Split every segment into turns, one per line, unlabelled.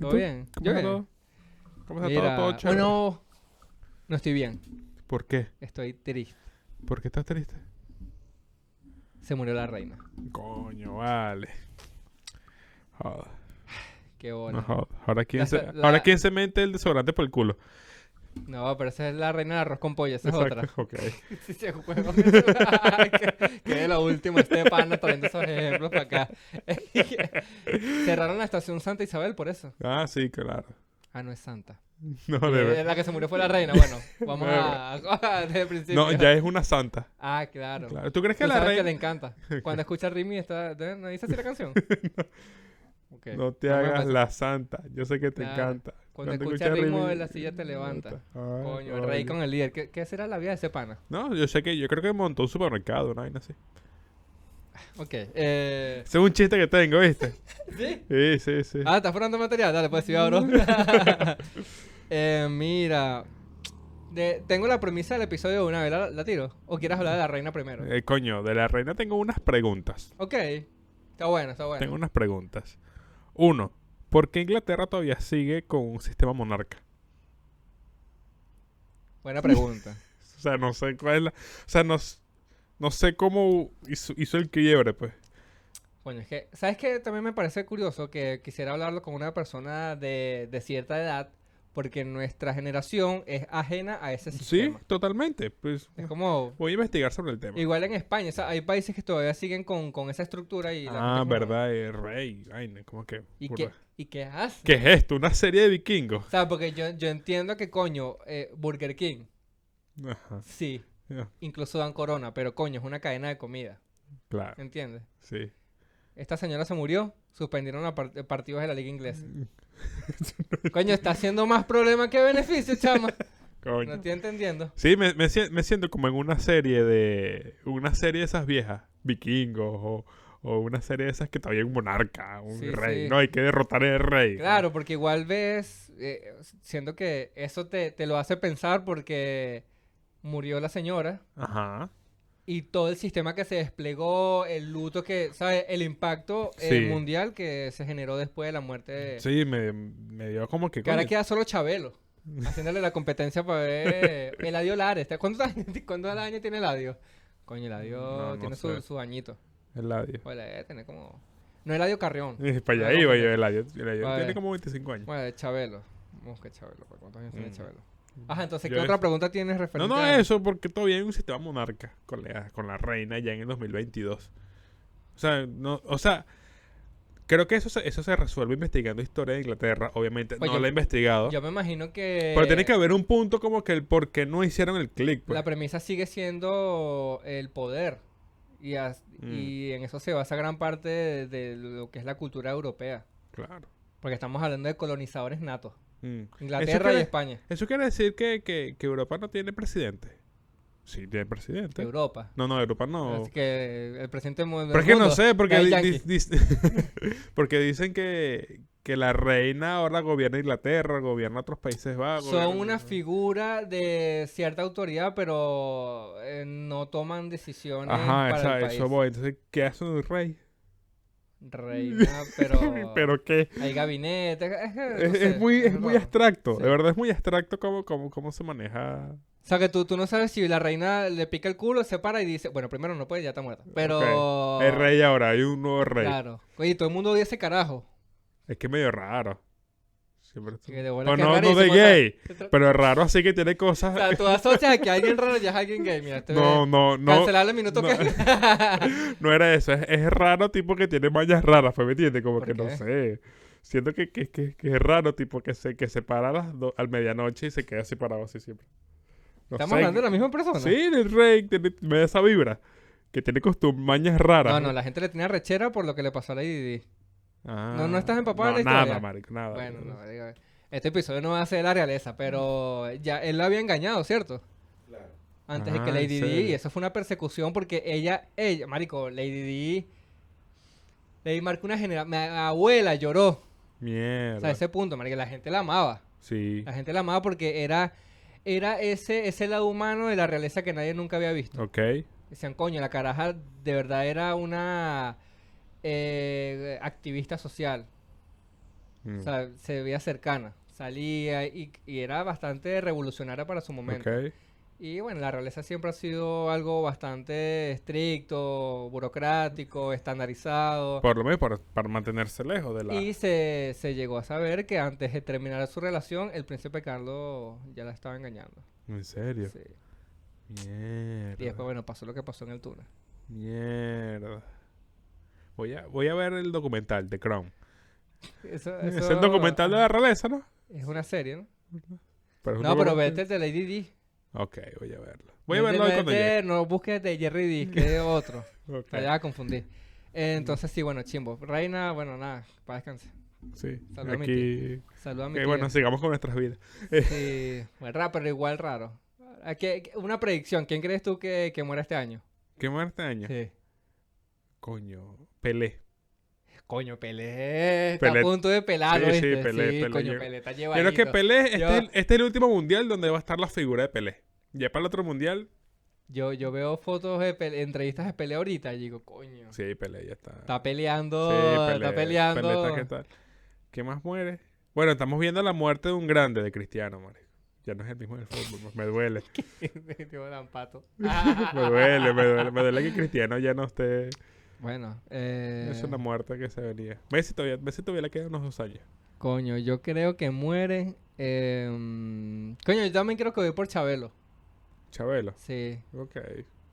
¿Todo
¿Tú?
bien?
¿Cómo está
¿Yo bien?
todo? ¿Cómo está todo?
Mira,
¿Todo chévere?
bueno, no estoy bien.
¿Por qué?
Estoy triste.
¿Por qué estás triste?
Se murió la reina.
Coño, vale. Joder,
Qué
no
bola.
jodas. Ahora quién,
La-
se,
la-
ahora quién se mete el desodorante por el culo.
No, pero esa es la reina del arroz con pollo. Esa es otra.
Exacto, ok.
Sí, se juega con eso. Ay, que- que de lo último este pana trayendo esos ejemplos para acá. Cerraron la estación Santa Isabel por eso.
Ah, sí, claro.
Ah, no es Santa.
No,
Eh,
de ver-
La que se murió fue la reina. Bueno, vamos
Verga.
a... desde el principio.
No, ya es una santa.
Ah, claro.
Claro. ¿Tú crees
Tú
que la
sabes que
reina...
le encanta. Cuando escucha a Rimi está... ¿de- ¿No dice así la canción? Ok.
No te
No me
hagas
pasa.
la santa. Yo sé que te
Claro.
encanta.
Cuando,
escuchas
escucha el ritmo
Remy-
de la silla te levanta.
Ay,
Coño, el rey con el líder. ¿Qué, qué será la vida de ese pana?
No, yo sé que... Yo creo que montó un supermercado, una vaina así.
Ok. Eh,
Ese es un chiste que tengo, ¿viste?
¿Sí?
Sí, sí, sí.
Ah, ¿estás formando material? Dale, pues sí, abro. eh, mira. De- tengo la premisa del episodio de una vez. ¿La, la tiro? ¿O quieres hablar de la reina primero?
Eh, coño, de la reina tengo unas preguntas.
Ok. Está bueno, está bueno.
Tengo unas preguntas. Uno, ¿por qué Inglaterra todavía sigue con un sistema monarca?
Buena pregunta.
O sea, no sé cuál es la... O sea, no, s- no sé cómo hizo, hizo el quiebre, pues.
Coño, es que, ¿sabes qué? También me parece curioso que quisiera hablarlo con una persona de, de cierta edad, porque nuestra generación es ajena a ese
Sí,
sistema.
totalmente. Pues
Es como,
voy a investigar sobre el tema.
igual en España, o sea, hay países que todavía siguen con, con esa estructura y... la
Ah,
gente es como,
verdad, eh, rey. vaina, como que...
¿Y
burda.
qué, ¿Y qué haces?
¿Qué es esto? ¿Una serie de vikingos?
O sea, porque yo, yo entiendo que, coño, eh, Burger King,
Ajá.
sí,
ya,
incluso dan corona, pero coño, es una cadena de comida,
Claro,
¿entiendes?
sí.
Esta señora se murió, suspendieron los partidos de la liga inglesa. Coño, está haciendo más problema que beneficio, chama. No
Coño.
estoy entendiendo.
Sí, me, me, sien- me siento como en una serie de... Una serie de esas viejas. Vikingos o, o una serie de esas que todavía hay un monarca, un
Sí,
rey.
sí.
No, hay que derrotar al rey.
Claro, porque igual ves, eh, siento que eso te, te lo hace pensar porque murió la señora
Ajá.
y todo el sistema que se desplegó, el luto que, ¿sabes? El impacto eh,
Sí.
mundial que se generó después de la muerte de...
Sí, me, me dio como que...
Eh. Que ahora
coño,
queda solo Chabelo. Haciéndole la competencia para ver eh, Eladio Lares. ¿Te- ¿Cuántos años, cuántos años tiene Eladio? Coño, Eladio
No, no
tiene
sé.
su, su añito.
Eladio.
Bueno, debe tener como... No Eladio Carrión.
Eh, Para
Ah,
allá iba
ok.
yo, Eladio. Eladio
Vale.
tiene como 25 años.
Bueno, de Chabelo. Vamos que Chabelo. pues, ¿Cuántos años tiene
Mm.
Chabelo? Ajá, entonces, ¿qué
Yo
otra
es-
pregunta tienes
No,
referente
no,
a-
eso, porque todavía hay un sistema monarca con la, con la reina ya en el 2022. O sea, no, o sea creo que eso se, eso se resuelve investigando historia de Inglaterra, obviamente.
Pues
no
yo-
la he investigado.
Yo me imagino que...
pero tiene que haber un punto como que el por qué no hicieron el click. pues.
Eh, La premisa sigue siendo el poder. Y, as-
Mm.
y en eso se basa gran parte de, de lo que es la cultura europea.
Claro.
Porque estamos hablando de colonizadores natos.
Mm.
Inglaterra y
quiere-
España.
Eso quiere decir que, que, que Europa no tiene presidente. Sí, tiene presidente.
Europa.
No, no, Europa no.
Así que el presidente mu- del
Pero es que no
mundo,
sé, porque,
Daddy
di-
Yankee.
di- dis- porque dicen que, que la reina ahora gobierna Inglaterra, gobierna otros Países Bajos.
son
gobierna-
una figura de cierta autoridad, pero eh, no toman decisiones
Ajá,
para
esa-
el país.
eso voy. Entonces, ¿qué hace un rey?
Reina, pero,
Pero qué.
hay gabinete. Es, que, Oh. no
Es,
sé,
es muy, es muy
raro.
abstracto.
Sí.
De verdad, es muy abstracto cómo, cómo, cómo se maneja.
O sea, que tú, tú no sabes si la reina le pica el culo, se para y dice, bueno, primero no puede, ya está muerta. Pero...
El rey ahora, hay un nuevo rey.
Oh. Claro. Oye, todo el mundo odia ese carajo.
Es que es medio raro. Siempre
Así que de bola
Pero Pues
que
no,
es
no de
rarísimo, o sea,
gay. Pero es raro, así que tiene
O
cosas.
sea, tú asocias a que alguien raro ya es alguien gay. Mira, este
No, no, no.
Cancelarle el minuto
no.
que...
No era eso, es, es raro tipo que tiene mañas raras, pues, ¿me entiendes? Como
¿Por
que no
qué?
sé. Siento que, que, que- que es raro tipo que se, que se para a las do- al medianoche y se queda así parado así siempre. No
Estamos
sé,
hablando de la misma persona.
Sí, el rey tiene, me da esa vibra. Que tiene costum mañas raras.
No, no, la gente le tenía rechera por lo que le pasó a la Didi. no, no estás empapado
en
en la
Ah. Nada,
historia.
marico, nada.
Bueno,
no.
no, digo, este episodio no va a ser la realeza, pero ya él la había engañado, ¿cierto? Antes de
Ah,
que
¿en
Lady D,
serio?
y eso fue una persecución porque ella, ella, marico, Lady D, Lady marcó una generación, mi abuela lloró, o sea,
Mierda.
ese punto, marico, la gente la amaba,
Sí.
la gente la amaba porque era, era ese, ese lado humano de la realeza que nadie nunca había visto.
Ok.
Decían, coño, la caraja de verdad era una eh, activista social.
Mm.
O sea, se veía cercana. Salía y, y era bastante revolucionaria para su momento.
Ok.
Y bueno, la realeza siempre ha sido algo bastante estricto, burocrático, estandarizado.
Por lo menos para, para mantenerse lejos de la...
Y se, se llegó a saber que antes de terminar su relación, el príncipe Carlos ya la estaba engañando.
En serio.
Sí.
Mierda.
Y después, bueno, pasó lo que pasó en el túnel.
Mierda. Voy a, voy a ver el documental de Crown.
Eso,
Es
eso
el documental de la realeza, ¿no?
Es una serie, ¿no?
Pero es un
No, pero vete
documental.
de Lady D.
Ok, voy a verlo. Voy a verlo
Vete,
hoy cuando
vete,
llegue.
No busques de Jerry D, que es otro.
Ok,
Te vas a confundir. Eh, Entonces, sí, bueno, chimbo. Reina, bueno, nada, para descansar.
Sí,
Salud a mi
aquí...
Saluda a mi
Ok,
tía.
bueno, sigamos con nuestras vidas.
Sí, buen rap, pero igual raro. ¿A qué- una predicción, ¿quién crees tú que, que muera este año?
¿Qué más este año?
Sí.
Coño, Pelé.
Coño, Pelé está
Pelé.
a punto de pelarlo,
Sí, sí,
¿viste?
Pelé,
Sí,
Pelé,
coño,
yo-
Pelé está
Yo
llevadito.
creo que Pelé, este,
Yo-
es- este es el último mundial donde va a estar la figura de Pelé. Ya para el otro mundial,
Yo, yo veo fotos de Pelé- entrevistas de Pelé ahorita y digo, coño,
sí, Pelé ya está.
está peleando,
Sí,
está
Pelé,
peleando.
Pelé está que tal. ¿Qué más muere? Bueno, estamos viendo la muerte de un grande de Cristiano, marico. Ya no es el mismo del fútbol, pues, me duele.
Digo, Lampato.
me duele, me duele, me duele que Cristiano ya no esté.
Bueno, eh,
Esa es la muerte que se venía. Messi todavía, Messi todavía le quedan unos dos años.
coño, yo creo que muere. em, coño, yo también creo que voy por Chabelo.
Chabelo.
Sí,
Ok.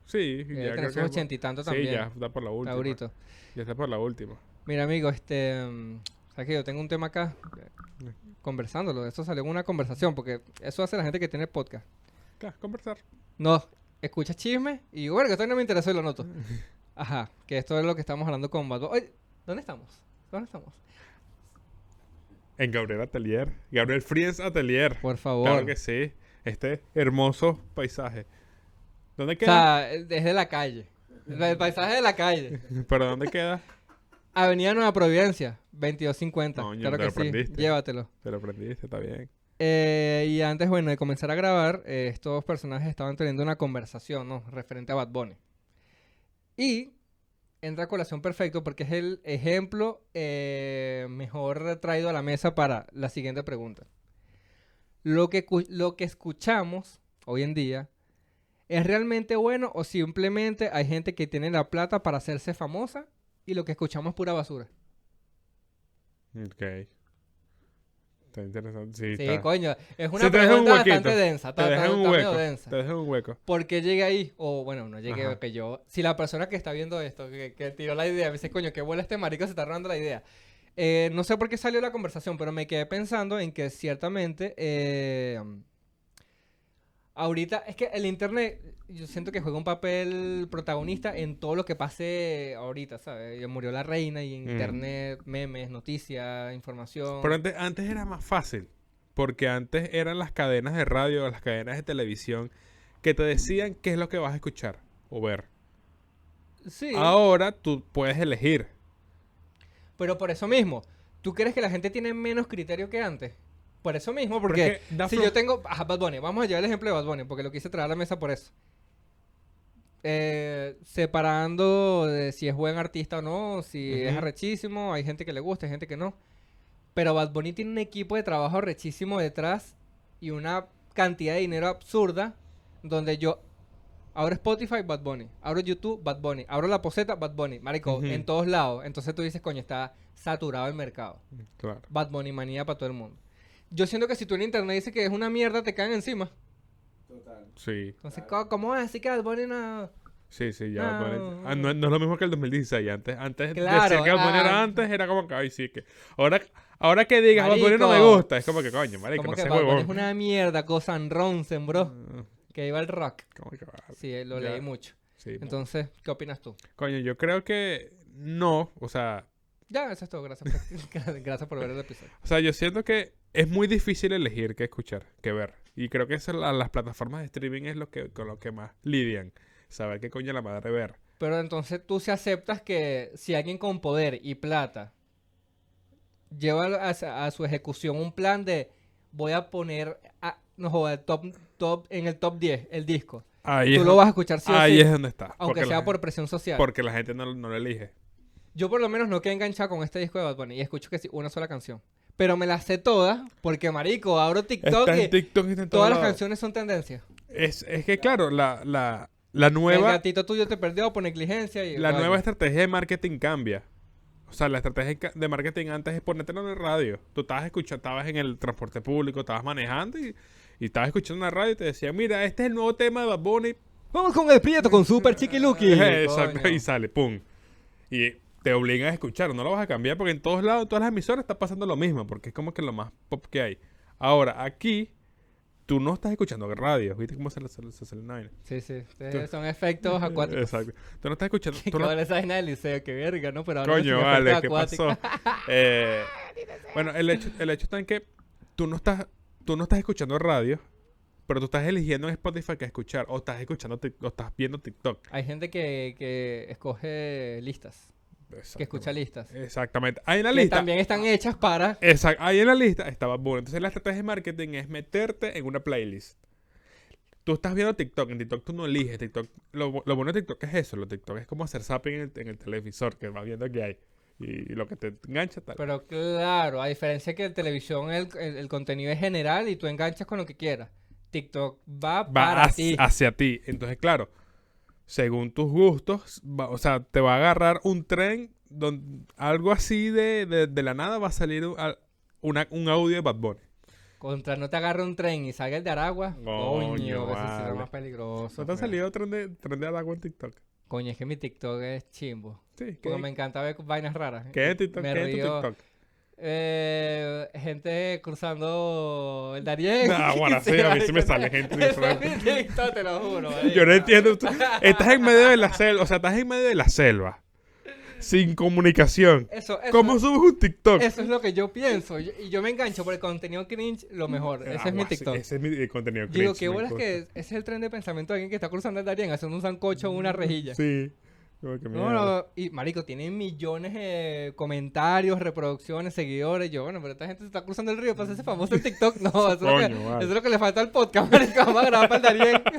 Sí, ya
que tiene
creo que.
sus ochenta y tanto
sí,
también.
ya está por la última.
Taurito.
Ya está por la última.
Mira, amigo, este. mm, ¿Sabes que yo tengo un tema acá?
Eh.
Conversándolo. Eso salió en una conversación, porque eso hace la gente que tiene podcast.
Claro, conversar.
No, escucha chisme y digo, bueno, que esto no me interesa y lo noto. Ajá, que esto es lo que estamos hablando con Bad Bunny. Oye, ¿dónde estamos? ¿Dónde estamos?
En Gabriel Atelier. Gabriel Friens Atelier.
Por favor.
Claro que sí. Este hermoso paisaje. ¿Dónde
o
queda?
sea, es de la calle. El, el paisaje de la calle.
¿Pero dónde queda?
Avenida Nueva Providencia, 2250.
Coño,
claro
te
que
lo
sí,
aprendiste.
llévatelo.
Te lo aprendiste, está bien.
Eh, y antes, bueno, de comenzar a grabar, eh, estos personajes estaban teniendo una conversación, ¿no? Referente a Bad Bunny. Y entra a colación perfecto porque es el ejemplo eh, mejor traído a la mesa para la siguiente pregunta. Lo que, cu- lo que escuchamos hoy en día, ¿es realmente bueno o simplemente hay gente que tiene la plata para hacerse famosa y lo que escuchamos es pura basura?
Ok. Está interesante. Sí,
Sí,
está.
coño, es una
Sí, te deja un
pregunta bastante
huequito.
densa.
Te
está-
dejan
está-
un
está medio
hueco.
densa.
Te dejan un hueco.
¿Por qué llegué ahí? O bueno, no llegué,
Ajá.
que yo. Si la persona que está viendo esto, que, que tiró la idea, me dice, coño, qué bola este marico se está robando la idea. Eh, no sé por qué salió la conversación, pero me quedé pensando en que ciertamente. eh, ahorita, es que el internet, yo siento que juega un papel protagonista en todo lo que pase ahorita, ¿sabes? Ya Murió la reina y
Mm.
internet, memes, noticias, información.
Pero antes, antes era más fácil. Porque antes eran las cadenas de radio, las cadenas de televisión, que te decían qué es lo que vas a escuchar o ver.
sí.
Ahora tú puedes elegir.
Pero por eso mismo, ¿tú crees que la gente tiene menos criterio que antes? Por eso mismo, porque
es que da
si
flu-
yo tengo. Ajá, Bad Bunny, vamos a llevar el ejemplo de Bad Bunny, porque lo quise traer a la mesa por eso. Eh, separando de si es buen artista o no, si es
Ujú.
arrechísimo, hay gente que le gusta, hay gente que no. Pero Bad Bunny tiene un equipo de trabajo arrechísimo detrás y una cantidad de dinero absurda donde yo abro Spotify, Bad Bunny, abro YouTube, Bad Bunny, abro la poseta, Bad Bunny, marico,
Ujú.
en todos lados. Entonces tú dices, coño, está saturado el mercado.
Claro.
Bad Bunny manía para todo el mundo. Yo siento que si tú en internet dices que es una mierda, te caen encima.
Sí,
Entonces, co- ¿cómo es así que Bad Bunny no?
sí, sí, ya. Bad Bunny-
No.
Ah, no, no es lo mismo que el 2016. Antes, antes decir
Claro,
que Bad Bunny era
ah.
antes era como que, ay, sí, que. Ahora, ahora que digas, Bad Bunny no me
Marico.
gusta, es como que, coño, marico,
Como
no
que
seas
Bad Bunny es
huevón.
una mierda, Gozan Ronsen, bro.
Ah,
Que iba el rock.
Como que, vale.
Sí, eh, lo
Ya.
leí mucho.
Sí, bueno.
Entonces, ¿qué opinas tú?
Coño, yo creo que no. O sea,
Ya, eso es todo. Gracias por, gracias por ver el episodio.
o sea, yo siento que es muy difícil elegir qué escuchar, qué ver. Y creo que eso, la- las plataformas de streaming es lo que, con lo que más lidian. Saber qué coño la madre ver.
Pero entonces tú sí aceptas que si alguien con poder y plata lleva a, a- a su ejecución un plan de voy a poner a, no joder, top, top, en el top 10 el disco,
Ahí,
tú
es,
lo vas a escuchar sí o
ahí
sí,
es donde está.
aunque
porque
sea
la,
por presión social.
Porque la gente no, no lo elige.
Yo por lo menos no quedé enganchado con este disco de Bad Bunny y escucho que sí, una sola canción. Pero me las sé todas porque, marico, abro TikTok
Está
y
en TikTok, está en todo
todas las
lado.
canciones son tendencias.
Es, es que, claro, la, la, la
El
nueva,
gatito tuyo te perdió por negligencia y...
la
vaya.
nueva estrategia de marketing cambia. O sea, la estrategia ca- de marketing antes es ponértelo en el radio. Tú estabas escuchando, estabas en el transporte público, estabas manejando y, y estabas escuchando la radio y te decían, mira, este es el nuevo tema de Bad Bunny.
Vamos con el prieto, con Super Chiqui Lucky.
Exacto,
Coño.
y sale, pum. Y te obligan a escuchar, no lo vas a cambiar porque en todos lados, en todas las emisoras está pasando lo mismo, porque es como que lo más pop que hay. Ahora, aquí, tú no estás escuchando radio, ¿viste cómo se, le- se, le- se sale la vaina?
Sí, sí.
Tú-
Son efectos acuáticos.
Exacto. Tú no estás escuchando.
Que
tú no-
cabrón, esa vaina del liceo, qué verga, ¿no? Pero ahora
Coño,
sí me
vale,
falta
¿qué
acuático.
pasó? Eh, bueno, el hecho, el hecho está en que tú no estás, tú no estás escuchando radio, pero tú estás eligiendo en Spotify que escuchar, o estás escuchando, Tik- o estás viendo TikTok.
Hay gente que, que escoge listas, que escucha listas.
Exactamente. Ahí en la
Que
lista.
también están hechas para...
Exacto. Ahí en la lista estaba bueno. Entonces la estrategia de marketing es meterte en una playlist. Tú estás viendo TikTok, en TikTok tú no eliges TikTok. Lo, bu- lo bueno de TikTok es eso, lo TikTok es como hacer zapping en el, en el televisor, que vas viendo que hay. Y lo que te engancha tal.
Pero claro, a diferencia que en televisión el, el- el contenido es general y tú enganchas con lo que quieras. TikTok va,
va
para
hacia,
ti.
hacia ti. Entonces, claro, según tus gustos, va- o sea, te va a agarrar un tren donde algo así de, de- de la nada va a salir un, al- una- un audio de Bad Bunny.
Contra no te agarra un tren y salga el de Aragua.
Coño,
Coño, eso sí será
vale.
más peligroso.
¿No te ha
man.
salido tren de, tren de Aragua en TikTok?
Coño, es que mi TikTok es chimbo.
Sí,
Porque
¿qué,
me encanta ver vainas raras.
qué es TikTok?
Me
¿Qué es tu
río.
TikTok?
Eh, gente cruzando el Darién.
Nah, Ah, bueno, sí, a mí sí me sale gente
Ese es
cruzando.
mi TikTok, te lo juro.
Yo no
marico.
entiendo. tú- Estás en medio de la selva, o sea, estás en medio de la selva, sin comunicación.
Eso, eso,
¿Cómo subes un TikTok?
eso es lo que yo pienso. Yo- y yo me engancho por el contenido cringe, lo mejor. Ese es mi
Agua, Ah, sí,
TikTok.
Ese es mi eh, contenido.
Digo,
cringe,
qué
me
bolas
gusta.
que ese es el tren de pensamiento de alguien que está cruzando el Darién haciendo un sancocho o una rejilla.
Mm, Sí. Como que
No,
mierda.
no, y marico, tiene millones de comentarios, reproducciones, seguidores. Yo, bueno, pero esta gente se está cruzando el río para hacerse famoso en TikTok. No, eso, es lo que,
Coño, vale.
eso es lo que le falta al podcast, marico. Vamos a grabar para el Darién.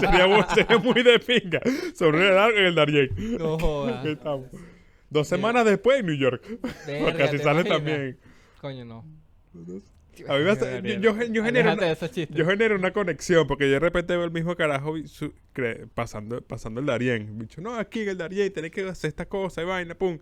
sería, bu- sería muy de pinga. Sobre el arco en el Darien.
Ah, no jodas.
Aquí estamos. Dos semanas después en New York. Porque
Verga,
así
¿te
sale
imaginas?
también.
Coño, no.
A mí me hace- yo- yo- yo genero
Aléjate
una-
de esos chistes.
Yo genero una conexión porque yo de repente veo el mismo carajo y su- cre- pasando, pasando el Darien. Bicho, no, aquí en el Darien tenés que hacer esta cosa y vaina, pum.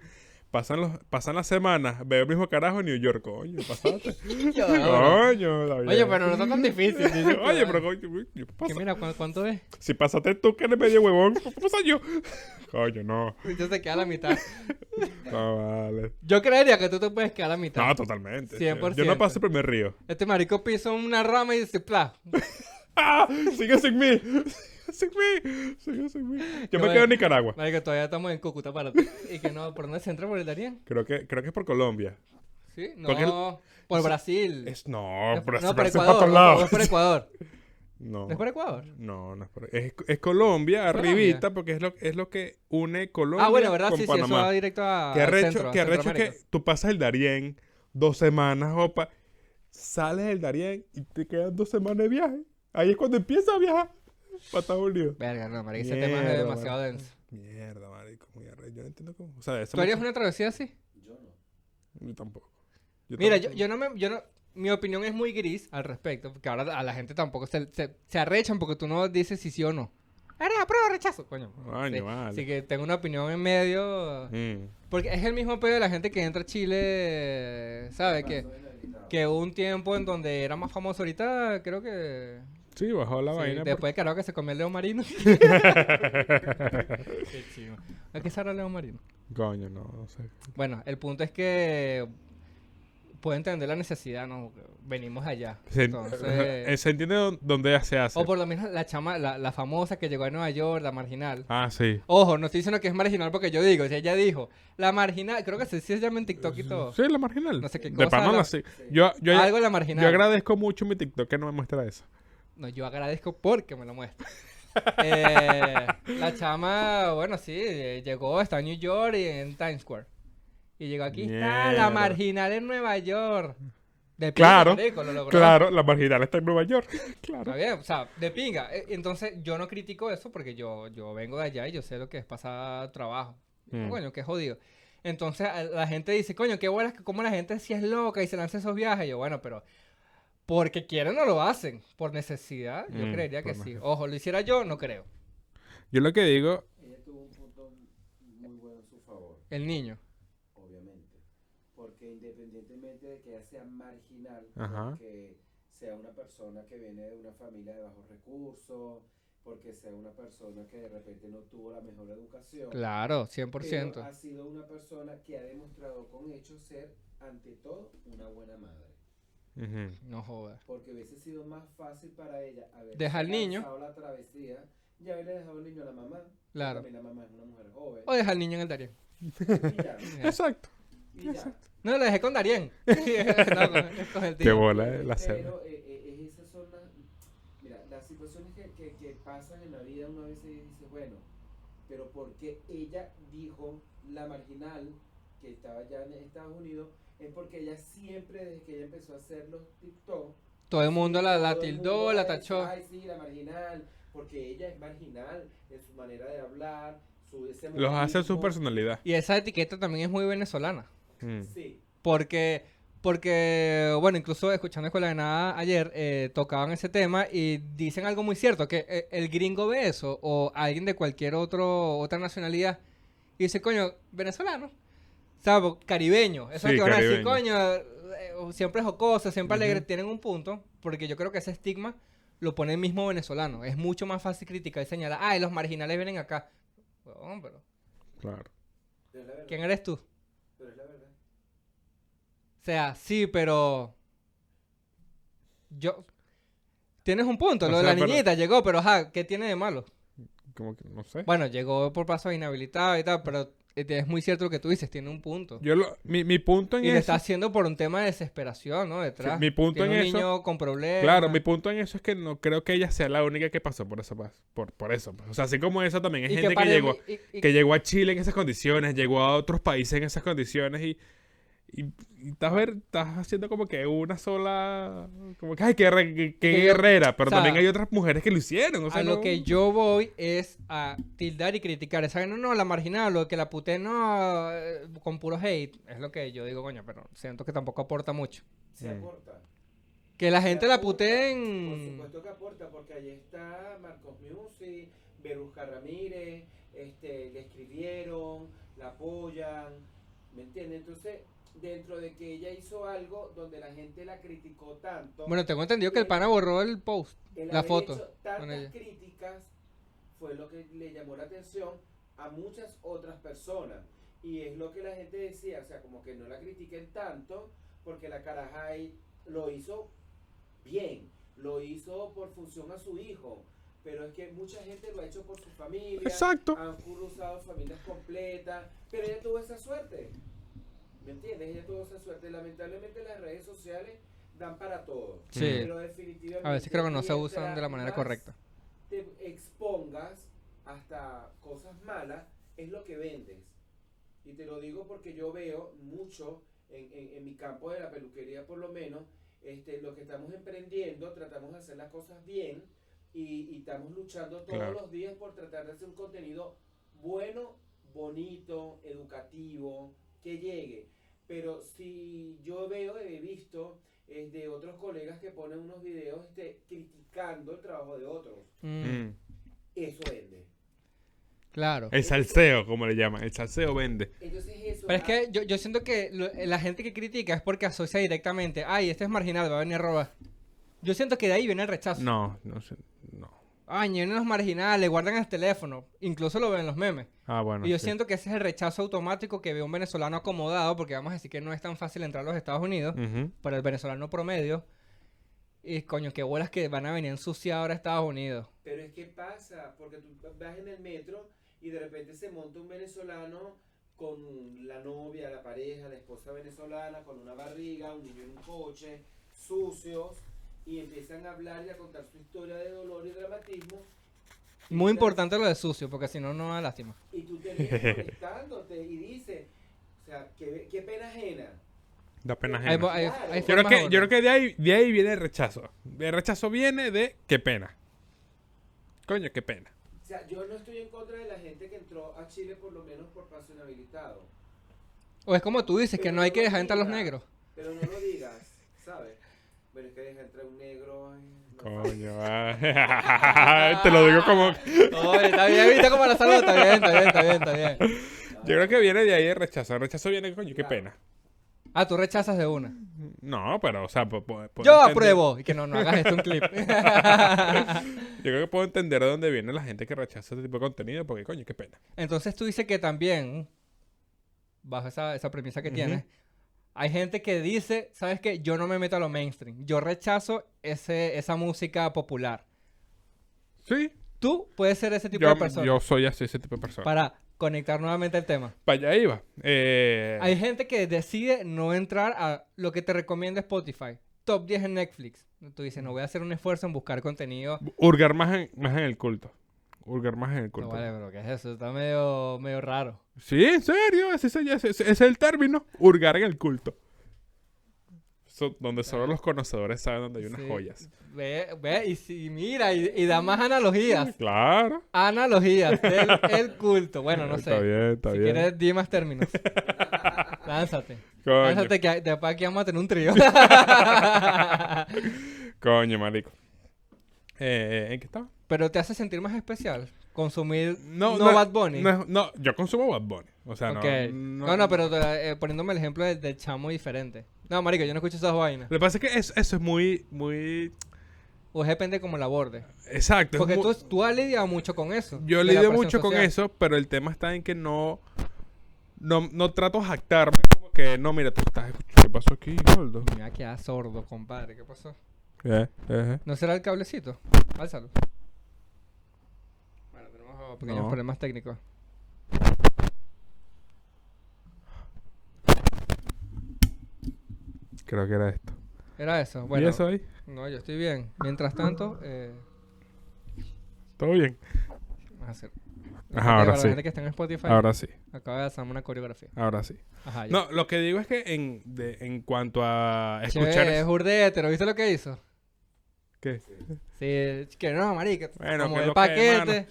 Pasan, los, pasan las semanas, veo el mismo carajo en New York. Coño, pasaste.
Yo-
coño, David.
Ah, Oye, pero no está tan difícil. dice,
Oye, pero coño, uy, ¿qué
Que
pasa?
mira, ¿cu- ¿cuánto es?
Si pasaste tú que eres medio huevón, ¿cómo pasa yo? Coño, no.
Yo se queda a la mitad.
No, vale.
Yo creería que tú te puedes quedar a la mitad.
No, totalmente. sí. Yo
100%.
no paso el primer río.
Este marico pisa una rama y dice, pla.
¡Ah! ¡Sigue sin mí! ¡Sigue sin mí! ¡Sigue sin mí! Yo me
Yo-
quedo en Nicaragua.
Marico, todavía estamos en Cúcuta para ti. Y que no, ¿por dónde se entra por el Darién?
Creo que, creo que es por Colombia.
Sí, no,
Porque el-
por
es-
Brasil.
Es, no, pero
no,
se
por
parece
Ecuador.
para todos
no,
lados.
no es por Ecuador.
No,
¿No es por Ecuador?
no, no es por Es, es Colombia,
Colombia.
arribita, porque es lo, es lo que une Colombia
ah, bueno, ¿verdad?
con
Sí, sí, eso va
Panamá.
directo a.
que
al
arrecho,
centro, a
que, arrecho
Centroamérica.
que tú pasas el Darién dos semanas, opa, sales del Darién y te quedan dos semanas de viaje. Ahí es cuando empiezas a viajar para Estados Unidos.
Verga, no, marico, ese tema es
Mierda,
demasiado
marico.
denso.
Mierda, marico, muy arrecho. Yo no entiendo cómo. O sea, eso
¿Tú harías
me-
una travesía así?
Yo tampoco.
Mira, yo, yo no me. Yo no, mi opinión es muy gris al respecto, porque ahora a la gente tampoco se, se, se arrechan porque tú no dices si sí o no. Era prueba, rechazo, coño.
Coño,
Sí,
vale.
Así que tengo una opinión en medio.
Mm.
Porque es el mismo pedo de la gente que entra a Chile, ¿sabbe? Que, que hubo un tiempo en donde era más famoso ahorita, creo que...
Sí, bajó la
sí,
vaina. pues.
después de carajo que se comió el Leo Marino. Qué chido. ¿A qué sabrá Leo Marino?
porque- Coño, no, no sé.
Bueno, el punto es que... Puedo entender la necesidad, ¿no? Venimos de allá.
Se, eh,
Entonces...
se entiende dó- dónde se hace.
O por lo menos la chama, la, la famosa que llegó a Nueva York, la marginal.
Ah, sí.
Ojo, no estoy diciendo que es marginal porque yo digo, si ella dijo, la marginal, creo que se, se llama en TikTok y todo.
Sí, la marginal.
No sé qué
De
cosa,
Panamá,
la-
sí. Yo, yo,
Algo de la
yo
marginal.
agradezco mucho mi TikTok que no me muestra eso.
No, yo agradezco porque me lo muestra. Eh, la chama, bueno, sí, eh, llegó, está en New York y en Times Square. Y llegó aquí, está
Mierda.
la marginal en Nueva York. De pinga,
Claro,
marico, lo logró.
Claro, la marginal está en Nueva York.
Está
claro.
bien, o sea, de pinga. Eh, Entonces, yo no critico eso porque yo, yo vengo de allá y yo sé lo que es pasar trabajo.
Mm.
Coño, qué jodido. Entonces a- la gente dice, coño, qué bolas, que como la gente si es loca y se lanza esos viajes. Y yo, bueno, pero porque quieren no lo hacen. Por necesidad, yo
Mm,
creería que
por
sí.
necesidad.
Ojo, lo hiciera yo, no creo.
Yo lo que digo,
Ella tuvo un punto muy bueno en su favor,
El niño.
obviamente. Porque independientemente de que ella sea marginal,
Ajá.
porque sea una persona que viene de una familia de bajos recursos, porque sea una persona que de repente no tuvo la mejor educación,
Claro,
pero
100%.
ha sido una persona que ha demostrado con hechos ser, ante todo, una buena madre.
ujú,
No jodas.
Porque hubiese sido más fácil para ella haber
Deja al niño.
lanzado la travesía y haberle dejado el niño a la mamá. porque
Claro.
también La mamá es una mujer joven.
O deja al niño en el Darien.
Y ya,
Ya.
exacto.
y ya.
No, lo dejé con Darien. No, con- con el
Qué
tío.
bola eh, la cena.
Pero eh, eh, es- esas son las, mira, las situaciones que, que, que pasan en la vida, uno a veces dice, bueno, pero porque ella dijo, la marginal, que estaba allá en Estados Unidos, es porque ella siempre, desde que ella empezó a hacer los TikTok,
Todo el mundo la, la
todo el
tildó,
mundo
la
va a decir,
tachó.
Ay, sí, la marginal, porque ella es marginal en su manera de hablar, su ese
Los hace su
mujerismo".
personalidad.
Y esa etiqueta también es muy venezolana.
Mm.
Sí,
Porque, porque bueno, incluso escuchando Escuela de Nada ayer, eh, tocaban ese tema y dicen algo muy cierto, que eh, el gringo ve eso o alguien de cualquier otro, otra nacionalidad y dice, coño, venezolano. O sea, bo- caribeño. Eso es
Sí,
lo que van a decir,
caribeño.
coño, eh, o siempre jocoso, siempre alegre.
Ujú.
Tienen un punto, porque yo creo que ese estigma lo pone el mismo venezolano. Es mucho más fácil criticar y señalar, ay, los marginales vienen acá. Huevón, pero,
Claro.
pero es la verdad.
¿quién eres tú?
Pero es la verdad.
O sea, sí, pero. Yo. Tienes un punto,
O
lo de
sea,
la
pero-
niñita llegó, pero ajá, ¿qué tiene de malo?
Como que no sé.
Bueno, llegó por paso inhabilitado y tal, pero es es muy cierto lo que tú dices, tiene un punto.
Yo lo- mi, mi punto en
Y lo
eso.
está haciendo por un tema de desesperación, ¿no? Detrás.
Sí, mi punto
Tiene
en
un
eso-
niño con problemas.
Claro, mi punto en eso es que no creo que ella sea la única que pasó por eso. pues, Por, por eso. pues. O sea, así como esa también hay
Y
gente que
pare-
llegó,
y- y-
que llegó a Chile en esas condiciones, llegó a otros países en esas condiciones y, y- y estás, ver, estás haciendo como que una sola... Como que, ay, qué, re- qué- qué
Que yo-
guerrera. Pero
o sea,
también hay otras mujeres que lo hicieron. O sea,
a lo
no-
que yo voy es a tildar y criticar. Esa no, no, la marginal, lo que la puté no, eh, con puro hate. Es lo que yo digo, coño, pero siento que tampoco aporta mucho.
Se
Mm.
aporta.
Que la
Sí,
gente la
aporta. Por
puteen.
supuesto que aporta, porque ahí está Marcos Music, Berusca Ramírez, este, le escribieron, la apoyan, ¿me entiendes? Entonces, dentro de que ella hizo algo donde la gente la criticó tanto,
Bueno, tengo entendido que el pana borró el post.
el
la
haber
foto
hecho
con ella.
tantas críticas fue lo que le llamó la atención a muchas otras personas. Y es lo que la gente decía, o sea, como que no la critiquen tanto, porque la caraja ahí lo hizo bien, lo hizo por función a su hijo, pero es que mucha gente lo ha hecho por su familia,
Exacto.
han cruzado familias completas, pero ella tuvo esa suerte, ¿me entiendes? Ella tuvo esa suerte. Lamentablemente las redes sociales dan para todo,
Sí.
pero definitivamente...
A veces creo que no se
mientras
usan de la manera
más
correcta.
te expongas hasta cosas malas es lo que vendes. Y te lo digo porque yo veo mucho en, en- en mi campo de la peluquería, por lo menos, este, lo que estamos emprendiendo, tratamos de hacer las cosas bien y, y estamos luchando todos
Claro.
los días por tratar de hacer un contenido bueno, bonito, educativo, que llegue. Pero si yo veo, he visto es de otros colegas que ponen unos videos este, criticando el trabajo de otros.
Mm,
Mm. Eh,
Eso vende.
claro.
El salseo, como le llaman. El salseo vende.
Entonces eso.
Pero es que yo, yo siento que lo- la gente que critica es porque asocia directamente. Ay, este es marginal, va a venir a robar. Yo siento que de ahí viene el rechazo.
No, no sé. No.
Ay, vienen los marginales, guardan el teléfono. Incluso lo ven en los memes.
Ah, bueno.
y yo
sí.
siento que ese es el rechazo automático que ve un venezolano acomodado, porque vamos a decir que no es tan fácil entrar a los Estados Unidos.
Ujú.
para el venezolano promedio. Y coño, qué bolas que van a venir ensuciados ahora a Estados Unidos.
Pero es que pasa, porque tú vas en el metro y de repente se monta un venezolano con la novia, la pareja, la esposa venezolana, con una barriga, un niño en un coche, sucios, y empiezan a hablar y a contar su historia de dolor y dramatismo.
Muy importante lo de sucio, porque si no, no da lástima.
Y tú terminas conectándote y dices, o sea, qué, qué pena ajena.
Da pena
Hay,
ajena.
bo- hay-
Claro.
hay
Yo creo,
formas
que, yo
otras.
creo que de ahí, de ahí viene el rechazo. El rechazo viene de qué pena. Coño, qué pena.
O sea, yo no estoy en contra de la gente que entró a Chile por lo menos por paso inhabilitado.
O es como tú dices, que no hay que dejar entrar los
Mira.
negros.
Pero no lo digas, ¿sabes? Bueno, es que deja entrar un negro. ay, no sé.
Coño, ah. te lo digo como.
Oye, está bien, viste cómo la saludo, está bien, está bien, está bien, está bien.
Yo creo que viene de ahí el rechazo. El rechazo viene, coño, qué pena.
Ah, tú rechazas de una.
No, pero, o sea, po- po- puedo
Yo
entender-
apruebo. Y que no, no hagas esto un clip.
Yo creo que puedo entender de dónde viene la gente que rechaza este tipo de contenido, porque, coño, qué pena.
Entonces tú dices que también, bajo esa, esa premisa que
Ujú.
tienes, hay gente que dice, ¿sabes qué? Yo no me meto a lo mainstream. Yo rechazo ese, esa música popular.
Sí,
Tú puedes ser ese tipo
yo,
de persona.
yo soy así, ese tipo de persona. Para,
Para conectar nuevamente el tema.
allá iba. Eh,
Hay gente que decide no entrar a lo que te recomienda Spotify. Top 10 en Netflix. Tú dices, no voy a hacer un esfuerzo en buscar contenido.
Hurgar más en, más en el culto. Hurgar más en el
No
culto.
vale, pero ¿qué es eso? Está medio, medio raro.
Sí, en serio, ese, ese- ese- ese es el término. Hurgar en el culto. So- donde solo los conocedores saben dónde hay unas
Sí.
joyas.
Ve, ve, y si, mira, y, y da más analogías.
Claro.
Analogías del el culto. Bueno, no sé.
Está bien, está
si
bien.
quieres, di más términos. Lánzate.
Coño,
Lánzate que después aquí vamos a tener un trío.
coño, marico. Eh, ¿En qué estaba?
Pero te hace sentir más especial consumir
No,
no,
no,
Bad Bunny.
No, no, yo consumo Bad Bunny. O sea, no-
Ok.
no.
No, no, pero te- eh, poniéndome el ejemplo del del chamo diferente. No, marico, yo no escucho esas vainas.
Lo que pasa es que eso, eso es muy, muy.
O depende como la borde.
Exacto. es
Porque
muy-
tú, tú has lidiado mucho con eso.
Yo
de la
lidio
presión
mucho con
social.
eso, pero el tema está en que no. No, no trato de jactarme como que no, mira, tú estás escuchando. ¿Qué pasó aquí, Goldo?
Mira, queda sordo, compadre. ¿Qué pasó?
Eh, eh,
¿No será el cablecito? Álzalo. Bueno, tenemos oh, pequeños
No.
problemas técnicos.
Creo que era esto.
Era eso. Bueno,
¿Y eso ahí?
no, yo estoy bien. Mientras tanto, eh,
¿Todo bien?
vamos a hacer.
Ajá, ahora
para
sí.
la gente que está en Spotify,
Ahora sí.
acaba de hacerme una coreografía.
Ahora sí.
Ajá, ya.
No, lo que digo es que en, de- en cuanto a
Che,
escuchar.
es
es-
burde hétero, ¿viste lo que hizo?
¿Qué?
Sí, que no, marica.
Bueno,
como
que
el
lo que, mano.
paquete.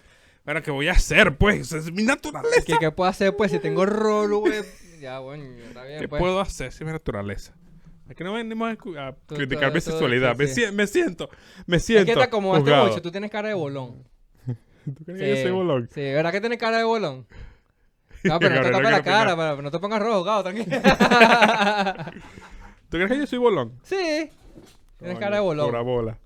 Bueno, ¿qué voy a hacer, pues? Es mi naturaleza.
¿Qué, ¿Qué puedo hacer, pues? Si tengo rolo, güey. Ya, bueno, está bien,
¿Qué
pues.
puedo hacer si es mi naturaleza? Aquí no venimos a, cu- a
Tú-
criticar
tú-
mi
tú-
sexualidad.
sí,
me,
sí.
sien- me siento, me siento.
Es que te acomodaste
juzgado.
mucho. este Tú tienes cara de bolón.
¿Tú crees que yo soy bolón?
Sí, ¿verdad que tienes cara de bolón? No, pero no te
Gabriel,
tapes
no
la
quiero
cara,
opinar.
pero no te pongas rojo, gado, tranquilo.
¿Tú crees que yo soy bolón?
sí. Tienes
Coño,
cara de bolón.
Pura bola.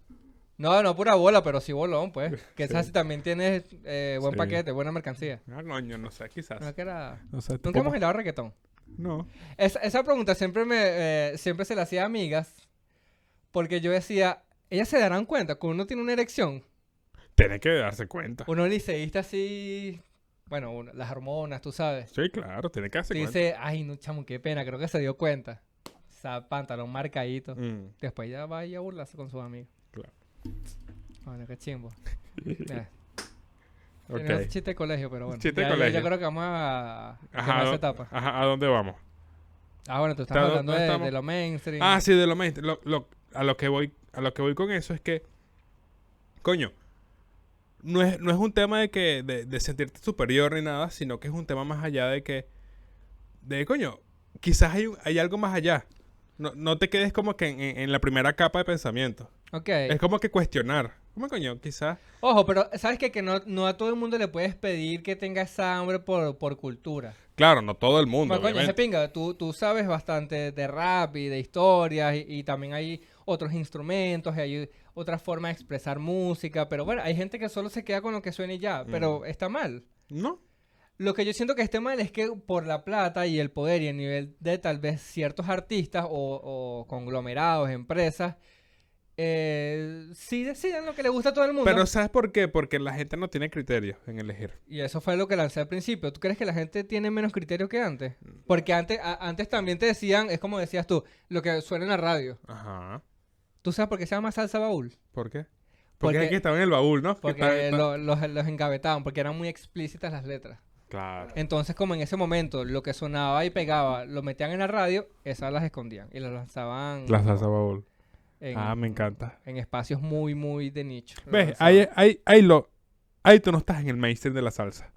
No, no pura bola, pero sí bolón, pues. Que esa sí también tienes eh, buen
Sí.
paquete, buena mercancía.
Ah, coño, no sé, quizás.
No, que era...
No sé.
Nunca hemos
tampoco-
hilado reggaetón.
No.
Esa, esa pregunta siempre me eh, siempre se la hacía a amigas porque yo decía, ellas se darán cuenta cuando uno tiene una erección,
Tiene que darse cuenta.
uno liceísta así, bueno, uno- las hormonas, tú sabes.
Sí, claro, tiene que darse
Tú
cuenta.
dices, ay, no, chamo, qué pena, creo que se dio cuenta. O sea, pantalón marcadito.
Mm,
Después ya va y a burlarse con sus amigos.
claro.
Bueno, qué chimbo. Ya, tenía un
ok.
chiste de colegio, pero bueno.
Chiste de
ya- ya-
colegio.
Yo creo que vamos a
Ajá,
a esa
¿dó-
etapa.
ajá, ¿a dónde vamos?
Ah, bueno, tú estás
¿Está-
hablando
dónde
de,
estamos?
de lo mainstream.
Ah, sí, de lo mainstream. Lo- lo- a, lo que voy, a lo que voy con eso es que, coño, no es, no es un tema de, que, de, de sentirte superior ni nada, sino que es un tema más allá de que, de coño, quizás hay, un- hay algo más allá. No, no te quedes como que en, en- en la primera capa de pensamiento.
Ok.
Es como que cuestionar. ¿Cómo coño? Quizás.
Ojo, pero ¿sabes qué? Que no, no a todo el mundo le puedes pedir que tenga esa hambre por, por cultura.
Claro, no todo el mundo.
Bueno, coño, ese
obviamente.
pinga, tú, tú sabes bastante de rap y de historias y, y también hay otros instrumentos y hay otra forma de expresar música, pero bueno, hay gente que solo se queda con lo que suena y ya, pero está mal.
No.
Lo que yo siento que esté mal es que por la plata y el poder y el nivel de tal vez ciertos artistas o, o conglomerados, empresas, eh, sí deciden lo que le gusta a todo el mundo.
Pero ¿sabes por qué? Porque la gente no tiene criterio en elegir.
Y eso fue lo que lancé al principio. ¿Tú crees que la gente tiene menos criterio que antes? Porque antes, a- antes también te decían, es como decías tú, lo que suena en la radio.
Ajá.
¿Tú sabes por qué se llama salsa baúl?
¿Por qué? Porque,
Porque-
es que estaba en el baúl, ¿no? Que
Porque
está- está-
lo- los, los engavetaban, porque eran muy explícitas las letras.
Claro.
Entonces, como en ese momento, lo que sonaba y pegaba, lo metían en la radio, esas las escondían y las lanzaban
La salsa baúl.
en,
Ah, me encanta.
en espacios muy, muy de nicho. Lo
¿Ves?
lanzaban.
Ahí, ahí, ahí, lo, ahí tú no estás en el mainstream de la salsa.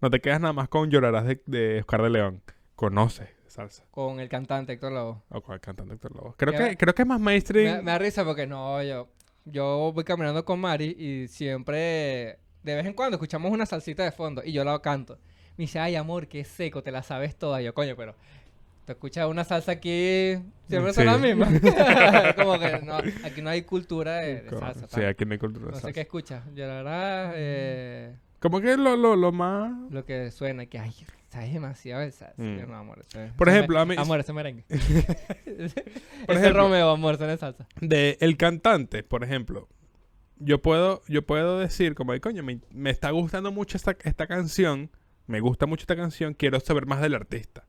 No te quedas nada más con Llorarás de, de Oscar de León. Conoce salsa.
con el cantante Héctor Lavoe.
O con el cantante Héctor Lavoe. Creo
Ya.
que, creo que es más
Me,
mainstream.
me da risa porque no, yo, yo voy caminando con Mari y siempre, de vez en cuando, escuchamos una salsita de fondo y yo la canto. Me dice, ay amor, qué seco, te la sabes toda. Yo, coño, pero te escuchas una salsa aquí, siempre
Sí.
son las mismas. Como que no, aquí no hay cultura de, de
Con-
salsa.
sí,
tal.
aquí no hay cultura de
no sé
salsa.
qué escuchas. Yo la verdad, eh,
Como que lo, lo, lo más.
lo que suena, que ay, sabes demasiado de salsa.
Mm.
Yo, no, amor, eso es-
Por
eso es
ejemplo,
me-
a mí-
Amor, ese es merengue. ese es
ejemplo.
Romeo, amor, suena de salsa.
De el cantante, por ejemplo. Yo puedo, yo puedo decir, como de coño, me, me está gustando mucho esta, esta canción. Me gusta mucho esta canción. Quiero saber más del artista.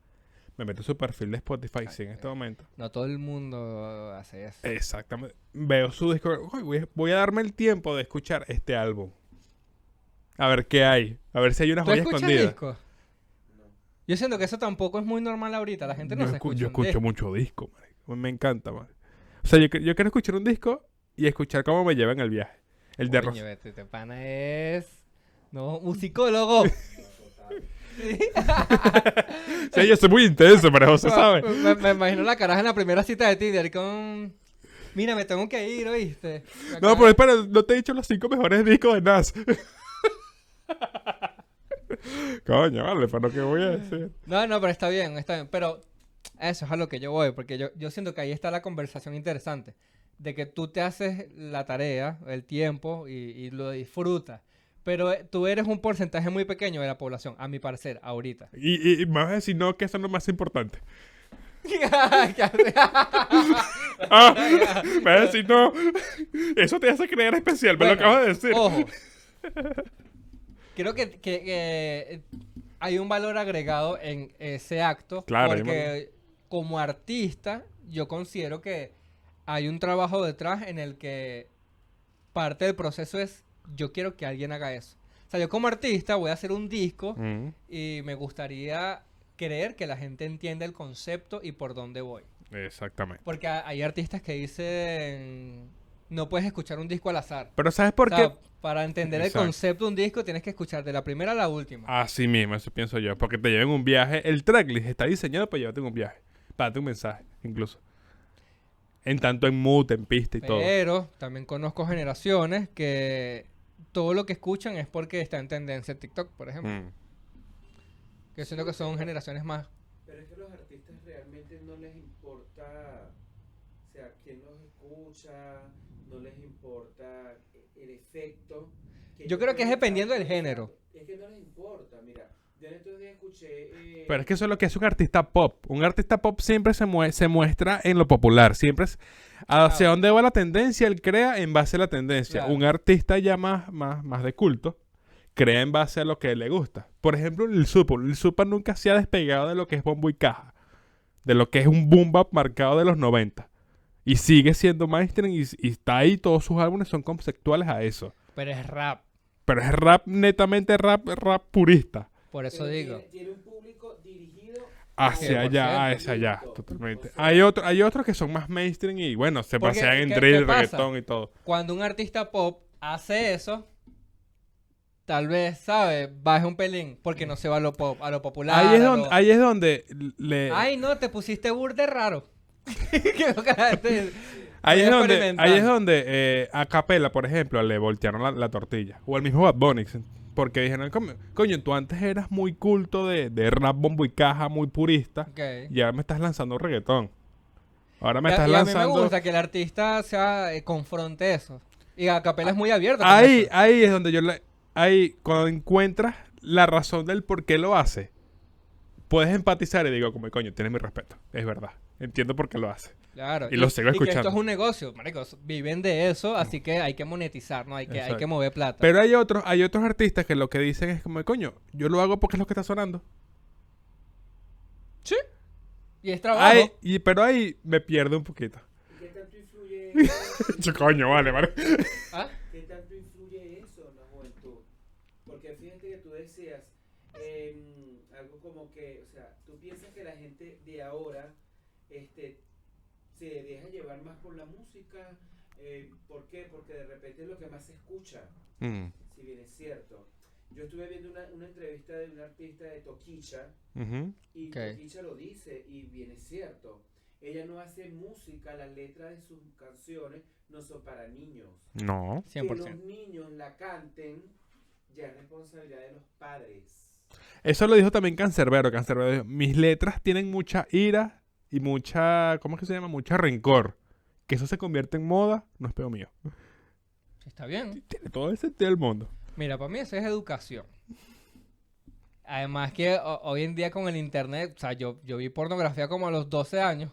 Me meto en su perfil de Spotify, sí, en este momento.
No todo el mundo hace eso.
Eh, Exactamente. Veo su disco. "Uy, voy, a- voy a darme el tiempo de escuchar este álbum. A ver qué hay. A ver si hay una
¿Tú
joya
escuchas
escondida.
discos?
No.
Yo siento que eso tampoco es muy normal ahorita. La gente no
yo,
se
escu-
escucha.
yo
un
escucho
disco.
mucho disco, marico. Me encanta, man. O sea, yo, que- yo quiero escuchar un disco y escuchar cómo me llevan el viaje. El de
Coño,
Ros-
vete, te pana es. No, musicólogo.
O sea, yo soy muy intenso, pero José sabe.
Me, me imagino la caraja en la primera cita de Tinder con. Mira, me tengo que ir, ¿oíste? Me
No,
acaba-
pero espera, no te he dicho los cinco mejores discos de Nas. Coño, vale, pero ¿qué voy a decir?
No, no, pero está bien, está bien. Pero a eso es a lo que yo voy, porque yo, yo siento que ahí está la conversación interesante. De que tú te haces la tarea, el tiempo y, y lo disfrutas. Pero eh, tú eres un porcentaje muy pequeño de la población, a mi parecer, ahorita.
Y, y- y me vas a decir, no, que eso es lo más importante. Ah, me vas a decir, no. Eso te hace creer especial, me
Bueno, oh.
lo acabas de decir.
Ojo. Creo que, que- que eh, hay un valor agregado en ese acto.
Claro, hay un
Porque como artista, yo considero que hay un trabajo detrás en el que parte del proceso es yo quiero que alguien haga eso. O sea, yo como artista voy a hacer un disco
Mm,
y me gustaría creer que la gente entienda el concepto y por dónde voy.
exactamente.
Porque ha- hay artistas que dicen no puedes escuchar un disco al azar.
Pero ¿sabes por
O
qué?
sea, para entender
Exacto. Ah,
el concepto de un disco tienes que escuchar de la primera a la última.
Así mismo, eso pienso yo. Porque te lleven un viaje. El tracklist está diseñado para llevarte en un viaje. Para darte un mensaje, incluso. En tanto en mute, en pista y todo.
Pero también conozco generaciones que todo lo que escuchan es porque está en tendencia en TikTok, por ejemplo.
Mm.
Que siento que son generaciones más.
Pero es que los artistas realmente no les importa, o sea, quién los escucha, no les importa el efecto.
Yo creo que es dependiendo del género.
Es que no les importa, mira. Yo en estos días escuché. eh,
Pero es que eso es lo que es un artista pop. Un artista pop siempre se, mue- se muestra en lo popular. Siempre es hacia
Claro.
dónde va la tendencia, él crea en base a la tendencia.
Claro.
Un artista ya más, más, más de culto crea en base a lo que le gusta. Por ejemplo, el Super. El Super nunca se ha despegado de lo que es bombo y caja. De lo que es un boom bap marcado de los 90. Y sigue siendo mainstream y, y está ahí. Todos sus álbumes son conceptuales a eso.
Pero es rap,
Pero es rap, netamente rap, rap purista.
por eso
pero
digo.
Tiene, tiene un público dirigido
Hacia
100%.
allá, hacia allá, totalmente. Hay, otro, hay otros que son más mainstream y bueno, se
Porque,
pasean en
¿qué-
drill,
qué pasa?
reggaetón y todo.
Cuando un artista pop hace eso, tal vez, ¿sabes? Baje un pelín porque no se va a lo pop, a lo popular.
ahí, es
a
donde,
lo-
ahí es donde le...
Ay, no, te pusiste burde raro. Que lo que la gente dice.
ahí, es
estoy
donde ahí es
experimentando.
donde eh, a Capela, por ejemplo, le voltearon la, la tortilla. O el mismo Bad Bunny. Porque dijeron, "Coño, coño, tú antes eras muy culto de, de rap, bombo y caja, muy purista.
Ok.
Y ahora me estás lanzando reggaetón. Ahora me
Y a-
estás
y
lanzando...
A mí me gusta que el artista sea, eh, confronte eso. Y a Capela es muy abierto. con
Ahí,
eso.
ahí es donde yo le... Ahí, cuando encuentras la razón del por qué lo hace, puedes empatizar y digo, como coño, tienes mi respeto. Es verdad. Entiendo por qué lo hace.
Claro.
y lo sigo
que
escuchando.
esto es un negocio, maricos. Viven de eso, así que hay que monetizar, ¿no? Hay que, hay
Exacto.
que mover plata.
Pero hay otros, hay otros artistas que lo que dicen es como, coño, yo lo hago porque es lo que está sonando.
y es trabajo.
Ahí- y, pero ahí me pierdo un poquito.
¿Y qué tanto influye
Yo, coño, vale, vale.
¿Ah?
¿Qué tanto influye eso en la juventud? Porque fíjate que tú decías em, algo como que, o sea, tú piensas que la gente de ahora este, se deja llevar más por la música. eh, em, ¿Por qué? Porque de repente es lo que más se escucha,
Mm,
si bien es cierto. Yo estuve viendo una, una entrevista de un artista de Toquicha
Ujú.
y
Ok.
Toquicha lo dice y bien es cierto. Ella no hace música, las letras de sus canciones no son para niños.
No.
Que los
100%.
niños la canten ya es responsabilidad de los padres.
Eso lo dijo también Cancerbero. Cancerbero dijo, mis letras tienen mucha ira y mucha, ¿cómo es que se llama? Mucha rencor. Que eso se convierte en moda, no es pedo mío.
Está bien.
Tiene todo el sentido del mundo.
Mira, para mí eso es educación. Además que ho- hoy en día con el internet, o sea, yo, yo vi pornografía como a los 12 años.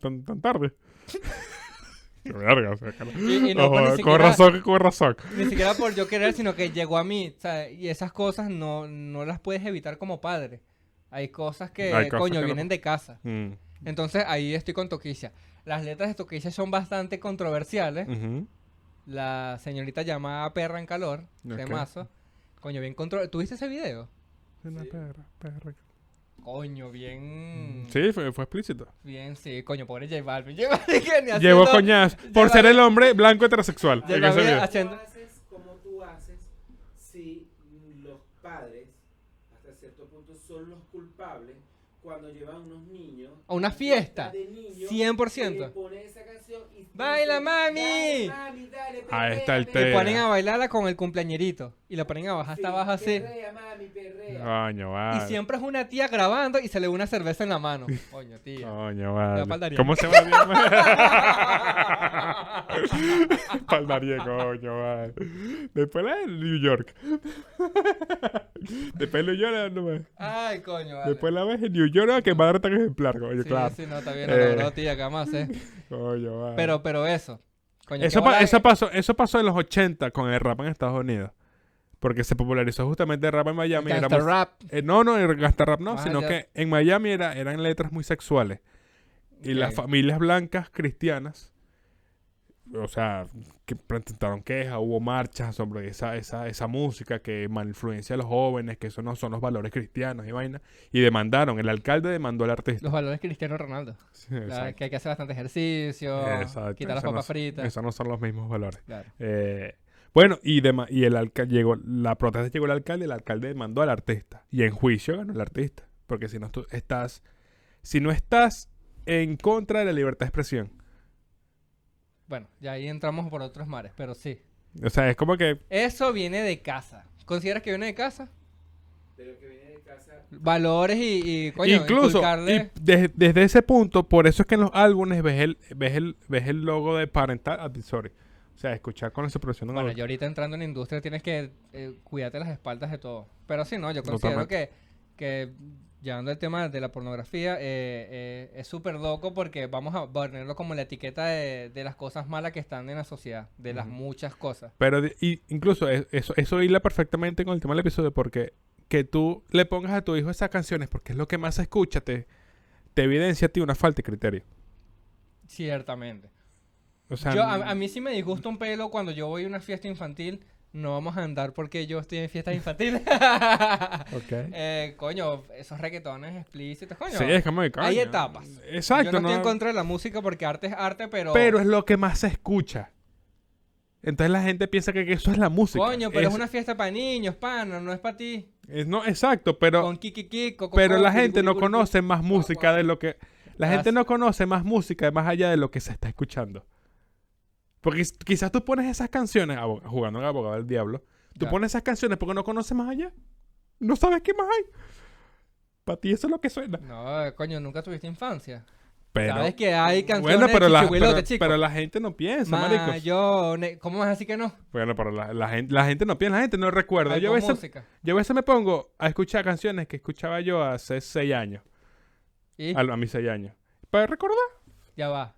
Tan, tan tarde. Qué verga, o sea, cara.
Y, y no
Ojo,
fue ni
con
siquiera-
razón, con razón.
Ni siquiera por yo querer, sino que llegó a mí. o sea, Y esas cosas no, no las puedes evitar como padre. Hay cosas que,
Hay cosas
coño,
que no-
vienen de casa.
Mm,
Entonces ahí estoy con Toquilla. Las letras de Toquilla son bastante controversiales.
ujú.
La señorita llamada Perra en Calor,
Ok.
temazo. Coño, bien controversial. ¿Tuviste ese video?
Una
Sí.
perra, perra.
Coño, bien.
Mm, Sí, fue, fue explícito.
Bien, sí, coño, pobre J Balvin. J Balvin que ni
Llevó
haciendo-
coñaz por
lleva-
ser el hombre blanco heterosexual.
Ya
en
la
ese
había-
video.
así- haciendo-
¿Cómo haces, cómo tú haces si los padres, hasta cierto punto, son los culpables cuando llevan unos niños
A una fiesta,
de niños, y le
100%.
ponen esa canción y te
¡Baila,
dicen,
mami!
"Dale, mami, dale,
Ahí está el
Te
Perra.
ponen a bailarla con el cumpleañerito. Y la ponen a bajar hasta abajo así.
Perrea, mami, perrea.
Coño,
Y
vale.
siempre es una tía grabando y se le ve una cerveza en la mano. Coño, tía.
Coño,
Ya, pa'l
vale.
Darío.
¿Cómo se va bien? Paldaría, coño, vale. Después la de New York. Después New York, no más.
Ay, coño, vale.
Ah. Después la ves en New York, ah, que madre tan ejemplar, coño,
sí,
claro.
sí, no, está bien,
Eh.
logró, tía, ¿qué vamos a hacer?
Coño, vale.
Pero, pero eso. Coño,
eso,
qué
pa-
bola-
eso pasó, eso pasó en los 80 con el rap en Estados Unidos. Porque se popularizó justamente el rap en Miami. era
Gangsta
muy-
rap.
Eh, no, no, el gangsta rap no,
Ah,
sino
ya.
que en Miami era, eran letras muy sexuales. Y las
Ok.
familias blancas cristianas, o sea, que presentaron quejas, hubo marchas sobre esa, esa, esa música que mal influencia a los jóvenes, que eso no son los valores cristianos y vaina. Y demandaron, el alcalde demandó al artista.
Los valores Cristiano Ronaldo.
Sí,
Claro,
exacto,
que hay que hacer bastante ejercicio.
exacto,
Quitar las
eso no
papas
son-
fritas.
Esos no son los mismos valores.
Claro.
Eh, bueno, y, dema- y el alca- llegó, la protesta llegó al alcalde, el alcalde demandó al artista. Y en juicio ganó el artista. Porque si no tú estás, si no estás en contra de la libertad de expresión.
Bueno, ya ahí entramos por otros mares, pero sí.
O sea, es como que
Eso viene de casa. ¿Consideras que viene de casa?
De lo que viene de casa.
Valores y, y, coño,
incluso
inculcarle-
y de- desde ese punto, por eso es que en los álbumes ves el, ves el, ves el logo de Parental Advisory. O sea, escuchar con la supervisión de un
Bueno,
adulto.
yo ahorita entrando en la industria tienes que eh, cuidarte las espaldas de todo. Pero sí, no, yo considero que, que llevando el tema de la pornografía, eh, eh, es súper loco porque vamos a ponerlo como la etiqueta de, de las cosas malas que están en la sociedad, de las
Ujú.
muchas cosas.
Pero de- y- incluso es- eso, eso hila perfectamente con el tema del episodio porque que tú le pongas a tu hijo esas canciones porque es lo que más se escucha, te, te evidencia a ti una falta de criterio.
Ciertamente.
O sea,
Yo, a, a mí sí me disgusta un pelo cuando yo voy a una fiesta infantil. No vamos a andar porque yo estoy en fiestas infantiles.
ok.
Eh, coño, esos reggaetones explícitos, coño.
Sí, es como que
Hay
coño.
etapas.
Exacto.
yo no, estoy en
no-
contra de la música porque arte es arte, pero...
Pero es lo que más se escucha. Entonces la gente piensa que, que eso es la música.
Coño, pero es, una fiesta para niños, pana, no es para ti.
es- no, exacto, pero,
con Kiki Kiko. con
pero
Coco,
la
Curi,
gente
Curi,
no
Curi, Curi.
conoce más música de lo que... La
Ah,
gente
sí.
no conoce más música más allá de lo que se está escuchando. Porque s- quizás tú pones esas canciones, abo- jugando en abogado del diablo, tú
Ya.
pones esas canciones porque no conoces más allá. No sabes qué más hay. Para ti eso es lo que suena.
No, coño, nunca tuviste infancia.
Pero,
Sabes que hay canciones
bueno, pero
de
la,
chichihuilote,
pero,
chico.
pero la gente no piensa, maricos.
Mayone- ¿Cómo vas así que no?
Bueno, pero la, la gente, la gente no piensa, la gente no recuerda. Yo a,
Algo
veces,
música.
yo a veces me pongo a escuchar canciones que escuchaba yo hace seis años,
Y
a, a mis seis años. ¿Para recordar?
ya va.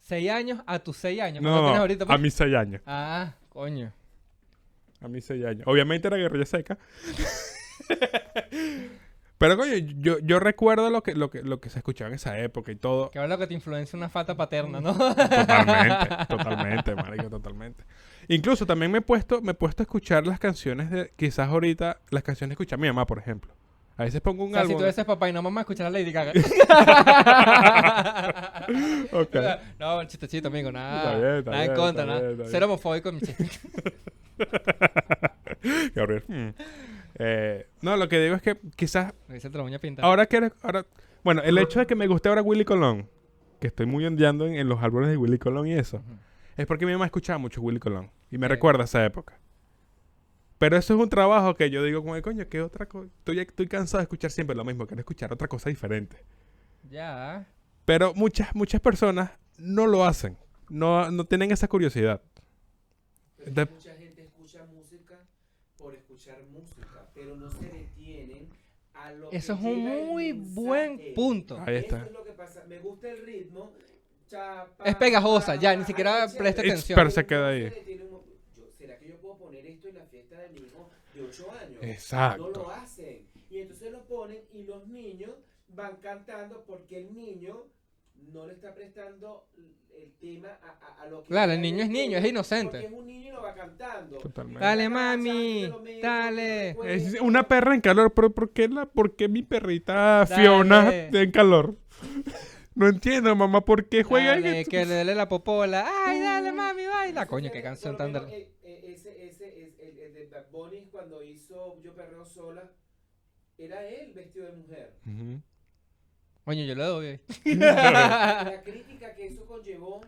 Seis años a tus seis años. ¿Cuánto
No,
tienes
no,
ahorita,
a
pues?
mis seis años.
Ah, coño.
A mis seis años. Obviamente era guerrilla seca. Pero coño, yo, yo recuerdo lo que, lo, que, lo que se escuchaba en esa época y todo.
Que ahora lo que te influencia una falta paterna, ¿no?
Totalmente, totalmente, marico, totalmente. Incluso también me he puesto, me he puesto a escuchar las canciones de, quizás ahorita, las canciones que escucha mi mamá, por ejemplo. A veces pongo un
o sea, si
álbum.
tú eres papá y no mamá, escuchar a Lady Gaga.
Ok.
No, el chistecito, amigo, nada.
Está bien, está
nada en
bien,
contra,
está
nada.
bien, está bien.
Ser homofóbico, mi chiste.
Gabriel. mm. Eh, no, lo que digo es que quizás
Me dice la uña pintada.
ahora que eres- ahora bueno, el hecho de que me guste ahora Willy Colón, que estoy muy ondeando en, en los álbumes de Willy Colón y eso,
Ujú.
es porque mi mamá escuchaba mucho Willy Colón y me
Ok.
recuerda esa época. Pero eso es un trabajo que yo digo como de coño, que otra cosa, estoy, estoy cansado de escuchar siempre lo mismo, quiero escuchar otra cosa diferente.
Ya.
Pero muchas, muchas personas no lo hacen. No, no tienen esa curiosidad.
Pero es
De-
que mucha gente escucha música por escuchar música, pero no se detienen a lo
Eso es
que
un
llega el
muy
mensaje.
buen punto.
Ahí está.
Eso es lo que pasa. Me gusta el ritmo. Cha, pa,
Es pegajosa, ya, ni
pa,
siquiera
ay,
presta
It's
atención.
pero se queda ahí.
No se detiene un mo- yo- ¿Será que yo puedo poner esto en la fiesta de mi hijo de 8 años? No
Exacto.
lo hacen. Y entonces lo ponen y los niños van cantando porque el niño no le está prestando el tema a, a- a lo que...
Claro, el
ya
niño
le
es niño, es
tiene,
inocente.
Porque es un niño y lo va cantando.
Totalmente.
Dale,
Y la casa,
mami,
te lo meto,
dale.
te lo cuento.
Pues
Es una perra en calor, pero ¿por qué, la, por qué mi perrita Fiona
Dale.
está en calor? No entiendo, mamá, ¿por qué juega pues. en
Dale,
esto?
que le dele la popola. Ay,
Mm.
dale, mami, baila.
Entonces,
Coño,
eh,
qué
por
canción
lo
tan...
menos,
de-
eh, eh, Ese, ese, es el, el de Bad Bunny cuando hizo Yo Perreo Sola, era él vestido de mujer.
Ujú.
Coño, yo le doy.
La crítica que eso conllevó...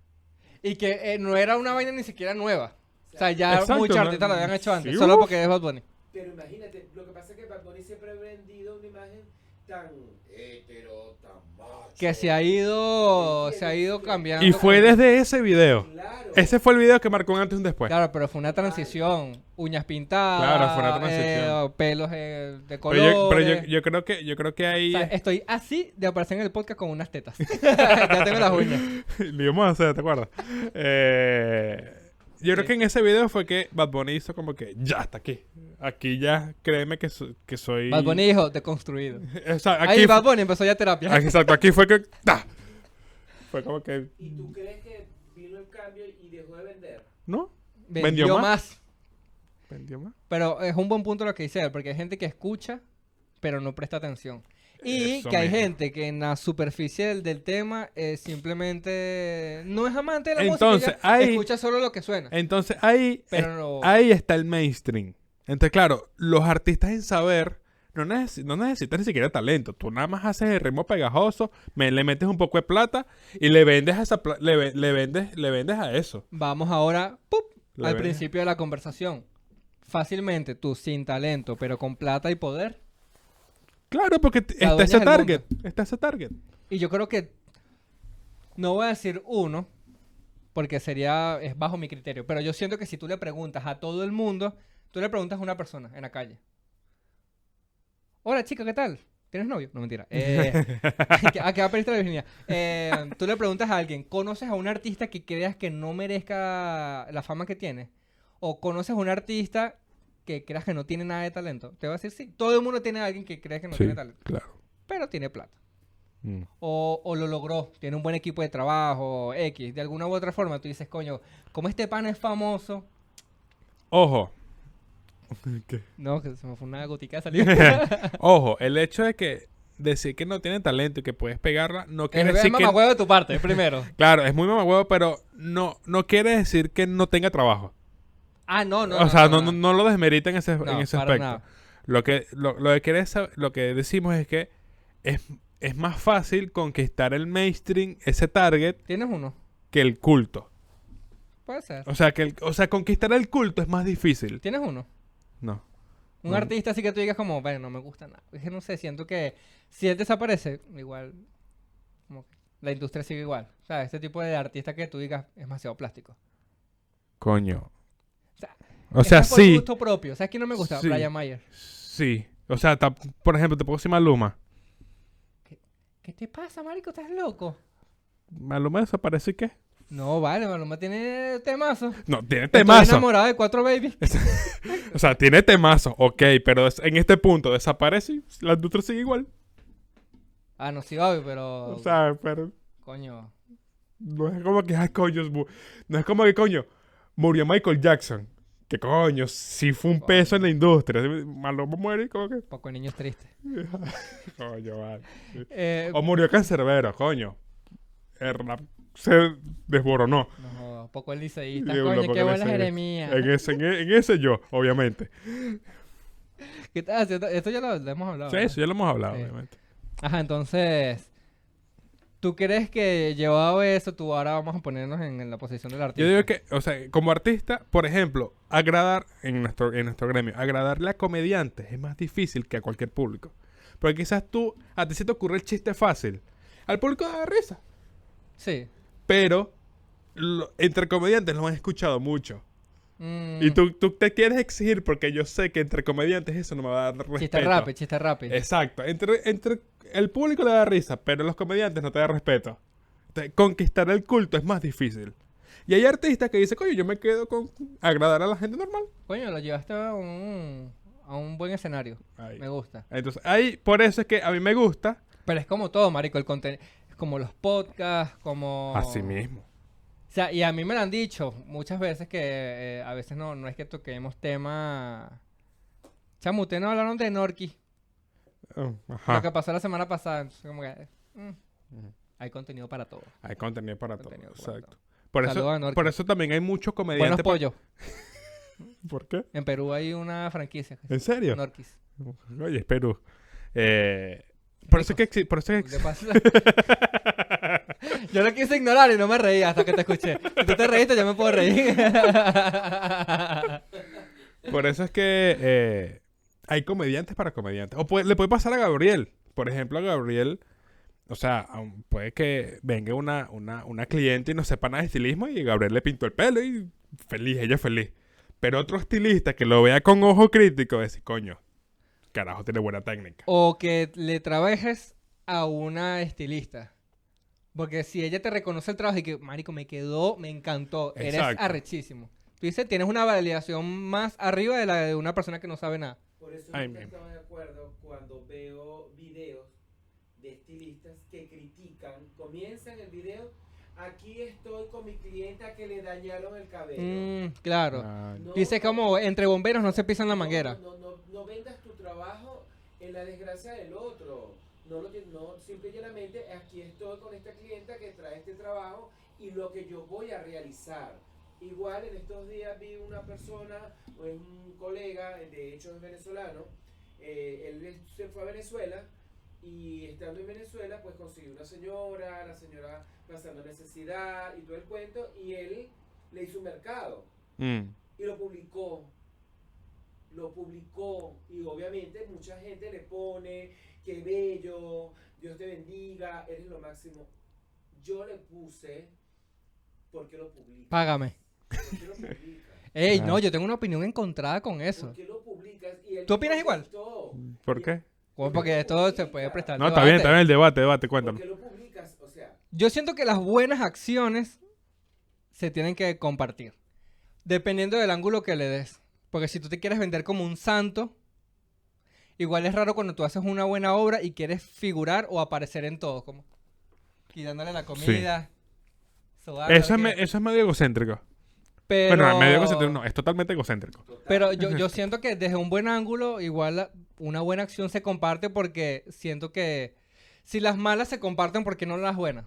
y que eh, no era una vaina ni siquiera nueva. O sea, ya
Exacto,
muchos
no-
artistas lo habían hecho antes,
sí,
solo
uf.
porque es Bad Bunny.
Pero imagínate, lo que pasa es que Bad Bunny siempre ha vendido una imagen tan hetero, tan macho.
Que se ha ido, se ha ido
Y
cambiando.
Y fue desde ese video.
Claro.
Ese fue el video que marcó un antes y un después.
Claro, pero fue una transición. Uñas pintadas.
Claro, fue una transición.
eh, pelos eh, de
Pero,
color.
yo, pero yo, yo creo que yo creo que ahí
estoy así de aparecer en el podcast con unas tetas. ya tengo las uñas.
lo íbamos a hacer, ¿te acuerdas? Eh, yo creo
Sí.
que en ese video fue que Bad Bunny hizo como que ya hasta aquí. Aquí ya créeme que, so- que soy.
Bad Bunny, hijo, deconstruido.
O sea, aquí
Ahí
fu-
Bad Bunny empezó ya terapia.
Ah, Exacto, aquí fue que. ¡ta! Fue como que.
¿Y tú crees que vino el cambio y dejó de vender?
¿No?
Vendió,
vendió
más.
Vendió más.
Pero es un buen punto lo que dice él, porque hay gente que escucha, pero no presta atención. Y
Eso
que hay
mismo.
gente que en la superficie del, del tema eh, simplemente no es amante de la
Entonces, Eh,
música. ya
ahí-
Escucha solo lo que suena.
Entonces ahí,
Pero
es-
no-
ahí está el mainstream. Entonces, claro, los artistas en saber no, neces- no necesitan ni siquiera talento. Tú nada más haces el ritmo pegajoso, me- le metes un poco de plata y le vendes a, esa pla- le, ve- le vendes, le vendes a eso.
Vamos ahora ¡pup!
Le
al
vendes-
principio de la conversación. Fácilmente tú, sin talento, pero con plata y poder.
Claro, porque t-
Te
está
adueñas
ese
el
target. Está ese target.
Y yo creo que no voy a decir uno, porque sería, es bajo mi criterio, pero yo siento que si tú le preguntas a todo el mundo, tú le preguntas a una persona en la calle. Hola chica, ¿qué tal? ¿Tienes novio? No, mentira. Eh, que- ¿A qué va a perdiste la virginidad? Eh, tú le preguntas a alguien, ¿conoces a un artista que creas que no merezca la fama que tiene? ¿O conoces a un artista que creas que no tiene nada de talento? Te va a decir sí. Todo el mundo tiene a alguien que creas que no tiene talento,
claro.
pero tiene plata o, o lo logró, tiene un buen equipo de trabajo, X, de alguna u otra forma, tú dices, coño, como este pan es famoso,
Ojo. ¿Qué?
no, que se me fue una gotica de salir.
Ojo, el hecho de que decir que no tiene talento y que puedes pegarla no quiere
es
decir que...
mamagüevo de tu parte, primero.
Claro, es muy mamahuevo, pero no, no quiere decir que no tenga trabajo.
Ah, no, no.
o sea, no, no,
no,
no lo desmerita en ese,
no,
en ese
para
aspecto.
nada.
Lo que, lo, lo que quiere sab- lo que decimos es que es, es más fácil conquistar el mainstream, ese target,
¿Tienes uno?
que el culto.
Puede ser.
O sea, que el- o sea, conquistar el culto es más difícil.
¿Tienes uno?
No.
Un
No.
artista así que tú digas como, bueno, no me gusta nada. Es que no sé, siento que si él desaparece, igual, como que la industria sigue igual. O sea, este tipo de artista que tú digas es demasiado plástico.
Coño.
sea,
O sea,
Está por
sí.
gusto propio. ¿Sabes quién no me gusta?
Sí.
Brian Mayer.
Sí. O sea, ta- por ejemplo, te puedo decir Maluma.
¿Qué te pasa, marico? ¿Estás loco?
Maluma desaparece y qué?
No, vale, Maluma tiene temazo.
No, tiene
Estoy
temazo.
enamorado de cuatro babies.
O sea, tiene temazo, ok, pero es- en este punto desaparece y la industria sigue igual.
Ah, no, sí, obvio, pero.
O sea, pero
coño.
no es como que, ay, coño, es mu- no es como que, coño, murió Michael Jackson. Que coño, sí fue un peso en la industria. Maloma muere y como que,
Poco de niños tristes.
coño, vale.
Eh,
O murió Cancerbero, coño. El rap se desboronó.
no jodas, un poco el liceísta,
Diablo,
coño,
porque
qué
en
buena
ese-
Jeremías.
En ese, en, e- en ese yo, obviamente.
¿Qué estás haciendo? Esto ya lo, lo hemos hablado.
Sí,
¿verdad?
eso ya lo hemos hablado,
Ah, Sí.
obviamente.
Ajá, entonces, ¿tú crees que llevado eso, tú ahora vamos a ponernos en, en la posición del artista?
Yo digo que, o sea, como artista, por ejemplo, agradar en nuestro, en nuestro gremio, agradarle a comediantes es más difícil que a cualquier público. Porque quizás tú, a ti se te ocurre el chiste fácil. Al público da risa.
Sí.
Pero lo- entre comediantes lo han escuchado mucho.
Mm,
Y tú, tú te quieres exigir porque yo sé que entre comediantes eso no me va a dar respeto.
Chiste rápido, chiste rápido.
Exacto. Entre, entre el público le da risa, pero los comediantes no te dan respeto. Te- conquistar el culto es más difícil. Y hay artistas que dicen, coño, yo me quedo con agradar a la gente normal.
Coño, lo llevaste a un, a un buen escenario.
Ahí.
Me gusta.
Entonces, ahí, por eso es que a mí me gusta.
Pero es como todo, marico, el contenido. Es como los podcasts, como...
Así mismo.
O sea, y a mí me lo han dicho muchas veces que eh, a veces no, no es que toquemos temas... Chamo, ustedes no hablaron de Norki,
Oh,
lo
Ajá.
que pasó la semana pasada. Entonces, como que... mm,
Ujú.
Hay contenido para todo.
Hay contenido para
Contenido
todo.
para
Exacto. pues. Por
Saludos a
eso,
Norca.
por eso también hay muchos
Buenos
comediantes. pa-
pollos.
¿Por qué?
En Perú hay una franquicia. que se
¿En serio?
llama Norquis.
Oye, es Perú. Eh, por, eso es que, exi- por eso es que
¿Qué pasa? Yo lo quise ignorar y no me reí hasta que te escuché. Si tú te reíste, yo me puedo reír.
Por eso es que eh, hay comediantes para comediantes. O puede- le puede pasar a Gabriel. Por ejemplo, a Gabriel, o sea, aun- puede que venga una, una, una cliente y no sepa nada de estilismo y Gabriel le pintó el pelo y feliz, ella feliz. Pero otro estilista que lo vea con ojo crítico va a decir, coño, carajo, tiene buena técnica.
o que le trabajes a una estilista. Porque si ella te reconoce el trabajo y que, marico, me quedó, me encantó, eres
Exacto.
arrechísimo. Tú dices, tienes una validación más arriba de la de una persona que no sabe nada.
Por eso
Ay,
nunca
mi-
estaba de acuerdo cuando veo videos de estilistas que critican, comienzan el video, aquí estoy con mi clienta que le dañaron el cabello.
Mm, claro.
Ah,
No,
Dices como, entre bomberos no se pisan la
no,
manguera.
No, no, no vendas tu trabajo en la desgracia del otro. No lo tien- no, simple y llanamente, aquí estoy con esta clienta que trae este trabajo y lo que yo voy a realizar. Igual en estos días vi una persona, pues, un colega, de hecho es venezolano, eh, él es- se fue a Venezuela y estando en Venezuela, pues consiguió una señora, la señora pasando necesidad y todo el cuento, y él le hizo un mercado
mm.
y lo publicó. Lo publicó y obviamente mucha gente le pone, qué bello, Dios te bendiga, eres lo máximo. Yo le puse, ¿por qué lo publicas?
Págame.
¿Por qué lo publicas?
Ey,
Ah.
no, yo tengo una opinión encontrada con eso.
¿Por qué lo publicas? Y él
¿Tú opinas
me
igual?
contestó,
¿Por qué?
Bueno, porque esto se puede prestar.
No, está bien,
debate.
está bien el debate, debate,
¿Por
cuéntame.
qué lo publicas? O sea,
Yo siento que las buenas acciones se tienen que compartir. Dependiendo del ángulo que le des. Porque si tú te quieres vender como un santo, igual es raro cuando tú haces una buena obra y quieres figurar o aparecer en todo. Como quitándole la comida. sobarla,
Eso es,
lo
me-
que-
eso es medio egocéntrico.
Pero...
Bueno, medio egocéntrico no, es totalmente egocéntrico.
total.
Pero yo, yo siento que desde un buen ángulo, igual la- una buena acción se comparte porque siento que si las malas se comparten, ¿por qué no las buenas?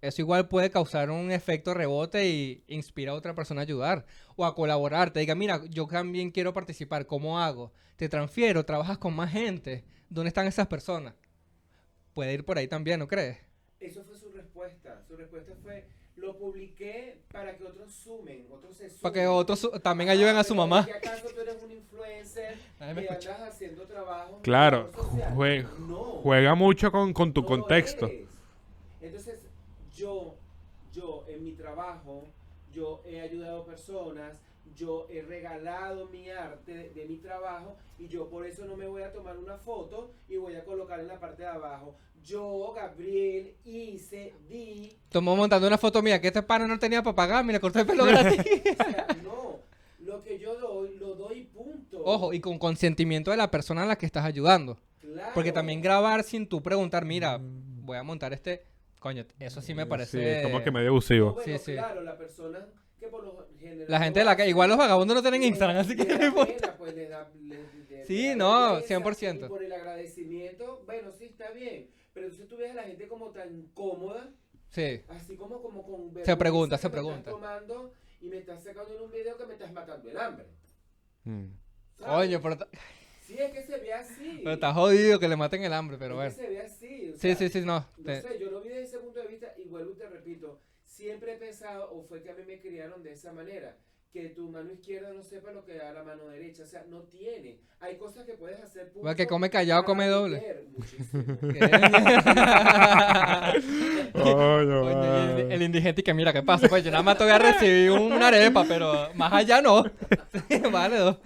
Eso igual puede causar un efecto rebote y inspira a otra persona a ayudar o a colaborar. Te diga, mira, yo también quiero participar, ¿cómo hago? Te transfiero, trabajas con más gente. ¿Dónde están esas personas? Puede ir por ahí también, ¿no crees?
Eso fue su respuesta. Su respuesta fue, lo publiqué para que otros sumen, otros se sumen.
Para que otros su- también ayuden a su mamá.
¿Qué acaso tú eres un influencer
Nadie me
que
escucha.
andas haciendo trabajo?
Claro,
juega
jue- juega mucho con, con tu contexto.
Entonces, yo, yo en mi trabajo, yo he ayudado personas, yo he regalado mi arte de mi trabajo y yo por eso no me voy a tomar una foto y voy a colocar en la parte de abajo. Yo, Gabriel, hice, di,
Tomó montando una foto mía que este pana no tenía para pagarme y le corté el pelo gratis.
o sea, no. Lo que yo doy, lo doy punto.
Ojo, y con consentimiento de la persona a la que estás ayudando.
Claro.
Porque también grabar sin tú preguntar, mira, voy a montar este. Coño, eso sí me parece.
Eh, Sí, como que medio
No,
abusivo.
bueno,
Sí, sí.
Claro, la persona que por lo general
La gente
no
de la
hace-
calle. Igual los vagabundos no tienen Instagram, así que
Le da
no importa.
pena, pues, le da- le- le-
Sí,
le da
no,
vergüenza,
100%.
y por el agradecimiento, bueno, sí está bien. Pero entonces tú ves a la gente como tan cómoda
Sí.
Así como, como con
Se pregunta,
vergüenza
se
que me estás
pregunta.
tomando y me estás sacando en un video que me estás matando el hambre.
Mm.
¿sabes?
Oye, pero, ta-
Sí, es que se ve así.
pero está jodido que le maten el hambre, pero
Es
bueno.
que se ve así. o
Sí, sí,
sea,
sí, no.
No
te-
sé, yo lo vi desde ese punto de vista y vuelvo y te repito, siempre he pensado, o fue que a mí me criaron de esa manera, que tu mano izquierda no sepa lo que da la mano derecha, o sea, no tiene. Hay cosas que puedes hacer punto,
Bueno, que come callado,
para
come doble.
aprender muchísimo.
Coño,
Coño, y el,
vale.
el indigente y que mira qué pasa, pues yo nada más te voy a recibir un- una arepa, pero más allá no. vale, dos.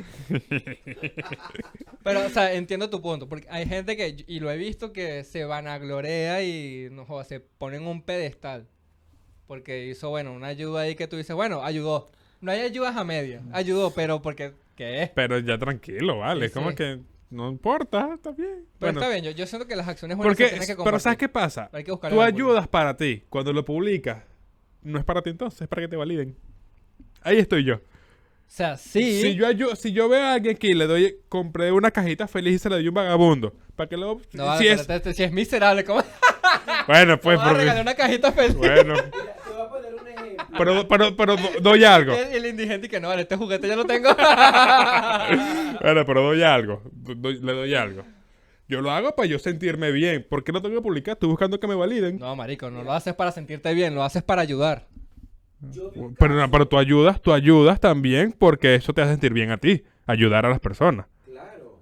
Pero, o sea, entiendo tu punto, porque hay gente que, y lo he visto, que se vanaglorea y no joda, se pone en un pedestal. Porque hizo, bueno, una ayuda ahí que tú dices, bueno, ayudó. No hay ayudas a media, ayudó, pero porque, ¿qué es?
Pero ya tranquilo, vale.
Sí,
es como
sí.
que no importa, está bien.
Pero
Bueno,
está bien, yo, yo siento que las acciones buenas se
porque,
tienen que
pero ¿sabes
compartir.
qué pasa?
Hay que buscar
Tú
el ángulo.
ayudas para ti. Cuando lo publicas, no es para ti entonces, es para que te validen. Ahí estoy yo.
O sea, sí.
Si yo, ayu- si yo veo a alguien que le doy, compré una cajita feliz y se la doy a un vagabundo. ¿Para qué lo.?
No, vale,
si
pero
es-
te- te- si es miserable, ¿cómo?
Bueno, pues,
Pues a
porque-
regalar una cajita feliz.
Bueno,
Mira, te voy a poner un ejemplo.
pero, pero, pero do- doy algo.
El, el indigente y que no, vale, este juguete ya lo tengo.
Bueno, pero doy algo. Do- doy- le doy algo. Yo lo hago para yo sentirme bien. ¿Por qué lo tengo que publicar? Estoy buscando que me validen.
no, marico, no lo haces para sentirte bien, lo haces para ayudar.
Yo vi un
Pero, no, pero tú ayudas, tú ayudas también porque eso te hace sentir bien a ti. Ayudar a las personas.
caso- Claro.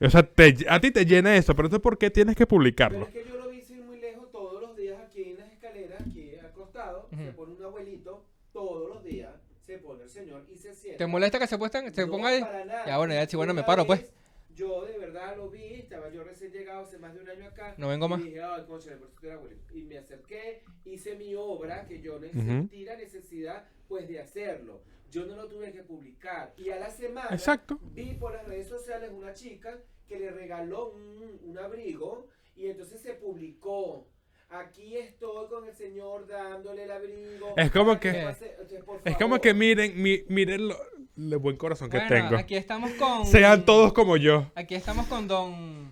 O sea, te- a ti te llena eso, pero entonces ¿por qué tienes que
Pero
publicarlo?
es que yo lo vi sin ir muy lejos todos los días aquí en las escaleras, aquí acostado, se
Ujú.
pone un abuelito, todos los días se pone el señor y se sienta.
¿Te molesta que se, puestan, se
No,
ponga Este, ahí?
para nada.
Ya, bueno, ya, si bueno, me
Una
paro, pues.
vez Yo de verdad lo vi, estaba yo recién llegado hace más de un año acá.
No vengo
y
más.
dije, ay, cónchale, por eso estoy abuelito. Y me acerqué, hice mi obra que yo no
Ujú.
sentí la necesidad, pues, de hacerlo. Yo no lo tuve que publicar. Y a la semana
Exacto.
vi por las redes sociales una chica que le regaló un, un abrigo y entonces se publicó. Aquí estoy con el señor dándole el abrigo.
Es como
para
que-
pase- entonces, por
Es como
favor.
que miren, mi- miren lo, el buen corazón que
Bueno,
tengo.
aquí estamos con...
Sean todos como yo,
Aquí estamos con don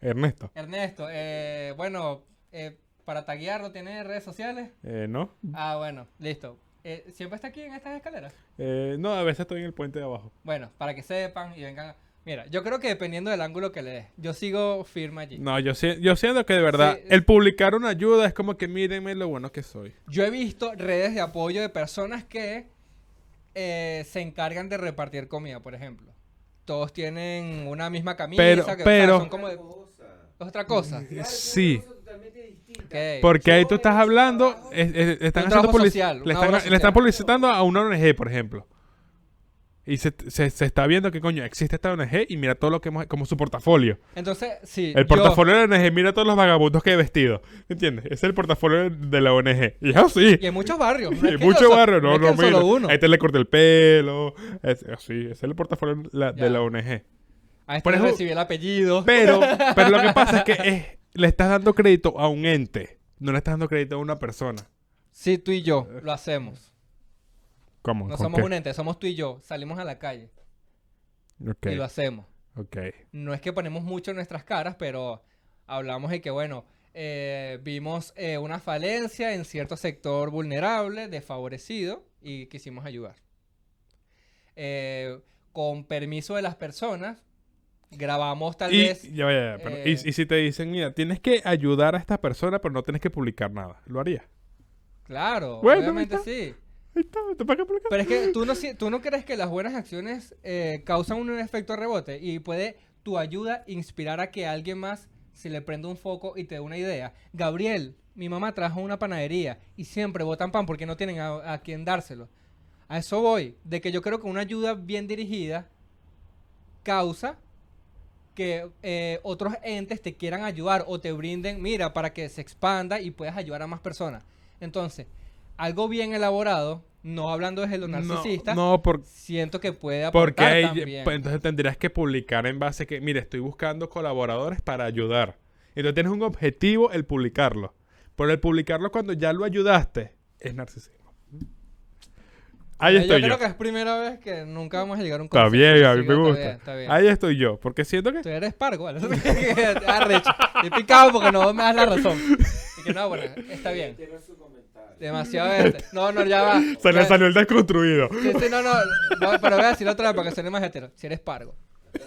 Ernesto.
Ernesto. Eh, bueno, eh, para taguearlo, ¿tiene redes sociales?
Eh, ¿No?
Ah, bueno, listo. Eh, ¿Siempre está aquí en estas escaleras?
Eh, no, a veces estoy en el puente de abajo.
Bueno, para que sepan y vengan... a- Mira, yo creo que dependiendo del ángulo que le des, yo sigo firme allí.
No, yo, si- yo siento que de verdad,
Sí.
el publicar una ayuda es como que mírenme lo bueno que soy.
Yo he visto redes de apoyo de personas que eh, se encargan de repartir comida, por ejemplo. Todos tinen una misma camisa,
Pero-
que o sea,
pero-
son como de-
Cosa.
es otra cosa.
Claro, es una
Sí.
cosa totalmente distinta.
Ok.
Porque ahí tú
Yo
estás
en ese
hablando,
trabajo-
es- es- están
Un
haciendo
trabajo
publici-
social,
le
una
están,
obra
le están
social.
publicitando a una ONG, por ejemplo. Y se, se- se está viendo que coño existe esta ONG y mira todo lo que hemos, como su portafolio.
Entonces, sí.
El
yo-
portafolio de la ONG, mira todos los vagabundos que he vestido. ¿Entiendes? Es el portafolio de la ONG. Y yo sí.
y en muchos barrios. no es
Y
que
mucho
yo so-
barrio, no,
es que
no,
en solo
mira.
uno.
A este le corté el pelo. Es, así, es el portafolio la-
Ya.
de la ONG.
A este
por
le
ejemplo-
recibí el apellido.
Pero, pero lo que pasa es que es- le estás dando crédito a un ente. No le estás dando crédito a una persona.
Sí, tú y yo lo hacemos.
¿Cómo?
No
¿Con
somos
qué?
un ente, somos tú y yo. Salimos a la calle
Ok,
y lo hacemos.
ok.
no es que ponemos mucho nuestras caras, pero hablamos de que, bueno, eh, vimos eh, una falencia en cierto sector vulnerable, desfavorecido, y quisimos ayudar. Eh, con permiso de las personas, grabamos tal
y,
vez...
ya, ya, ya, pero- y-
eh,
y si te dicen, mira, tienes que ayudar a esta persona, pero no tienes que publicar nada. Lo haría.
Claro,
Bueno,
obviamente
ahí
sí.
Ahí está, te pagan por acá.
Pero es que tú no, si- tú no crees que las buenas acciones eh, causan un efecto rebote y puede tu ayuda inspirar a que alguien más se le prenda un foco y te dé una idea. Gabriel, mi mamá trajo una panadería y siempre botan pan porque no tienen a, a quien dárselo. A eso voy, de que yo creo que una ayuda bien dirigida causa que eh, otros entes te quieran ayudar o te brinden, mira, para que se expanda y puedas ayudar a más personas. Entonces, algo bien elaborado, no hablando desde lo narcisista,
No, no, por-
siento que puede aportar
porque ahí-
también.
pues, entonces tendrías que publicar en base que, mire, estoy buscando colaboradores para ayudar. Entonces tienes un objetivo el publicarlo. Pero el publicarlo cuando ya lo ayudaste es narcisismo. Ahí
Yo
estoy yo.
creo que es primera vez que nunca vamos a llegar a un
Está
consenso.
bien, a mí
Sí,
me
está
gusta.
bien, está bien.
Ahí estoy yo, porque siento que
Tú eres pargo, ¿vale? Arrecho. Estoy picado porque no me das la razón. Y que no, bueno, está bien.
Entero su comentario.
Demasiado verde. No, no, ya va.
Se le
Ya-
salió el desconstruido.
Sí, sí, no, no, no, pero voy a decir otra vez para que suene más hetero. Si eres pargo.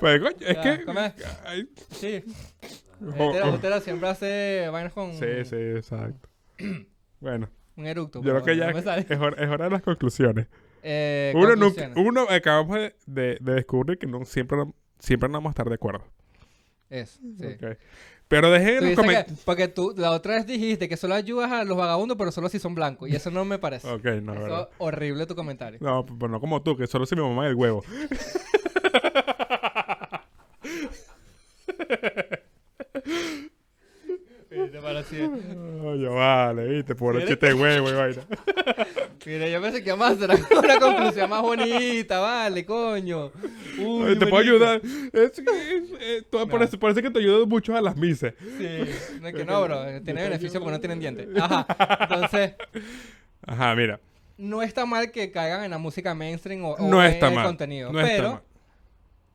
Pues coño, es
Ya,
que.
¿cómo es?
Ay,
Sí.
jo-
Hetero, hetero siempre hace vainas con
Sí, sí, exacto. Bueno,
un eructo.
yo creo
pero
que
bueno,
ya
no me sale.
es hora, es hora de las conclusiones.
Eh,
Uno, nunca-
conclusiones.
uno acabamos de, de- de descubrir que no, siempre, siempre no vamos a estar de acuerdo.
Eso, sí.
Ok. Pero dejen
Tú
en los
dices que-
comentarios.
porque tú la otra vez dijiste que solo ayudas a los vagabundos, pero solo si son blancos. Y eso no me parece.
Ok, no,
Eso
verdad.
horrible tu comentario.
No, pero no como tú, que solo si mi mamá es el huevo. Oye, vale, viste, por el
¿Quieres?
chiste de huevo y vaina.
Mira, yo pensé que vamos a hacer una conclusión más bonita, vale, coño. Uy,
Oye, te puedo
bonito.
ayudar. Es, que- es- eh, tú- parece, parece que te ayudo mucho a las misas.
Sí, no es que no, bro. Tiene beneficio porque no tienen dientes. Ajá. Entonces,
Ajá, mira.
no está mal que caigan en la música mainstream o, o
No
en
está
el
mal.
contenido.
no
pero
está mal.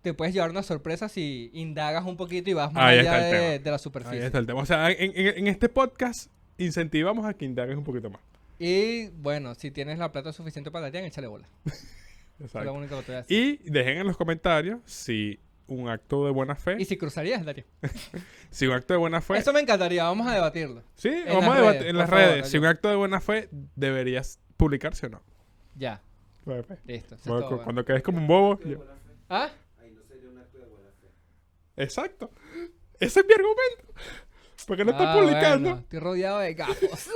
te puedes llevar una sorpresa si indagas un poquito y vas más
Ahí
allá
está el
de,
tema.
de la
Ahí
superficie.
está el tema. O sea, en, en- en este podcast incentivamos a que indagues un poquito más.
Y bueno, si tienes la plata suficiente para Adrián, échale bola. Eso es lo
Exacto.
único que te voy a decir.
Y dejen en los comentarios si un acto de buena
Y
fe.
si cruzarías, Darío.
Si un acto de buena fe.
Eso me encantaría, vamos a debatirlo.
Sí,
en
vamos
las
a debatir
redes,
en
por
las
favor,
redes. Si
ayuda.
un acto de buena fe deberías publicarse o no.
Ya,
Bueno, pues,
listo. eso es
bueno,
todo,
cu-
bueno.
cuando quedes como un bobo.
Acto de
yo-
buena fe.
¿Ah?
Ahí no sería un acto de buena fe.
Exacto. Ese es mi argumento. Porque no
Ah,
estás publicando.
bueno, estoy rodeado de gafos.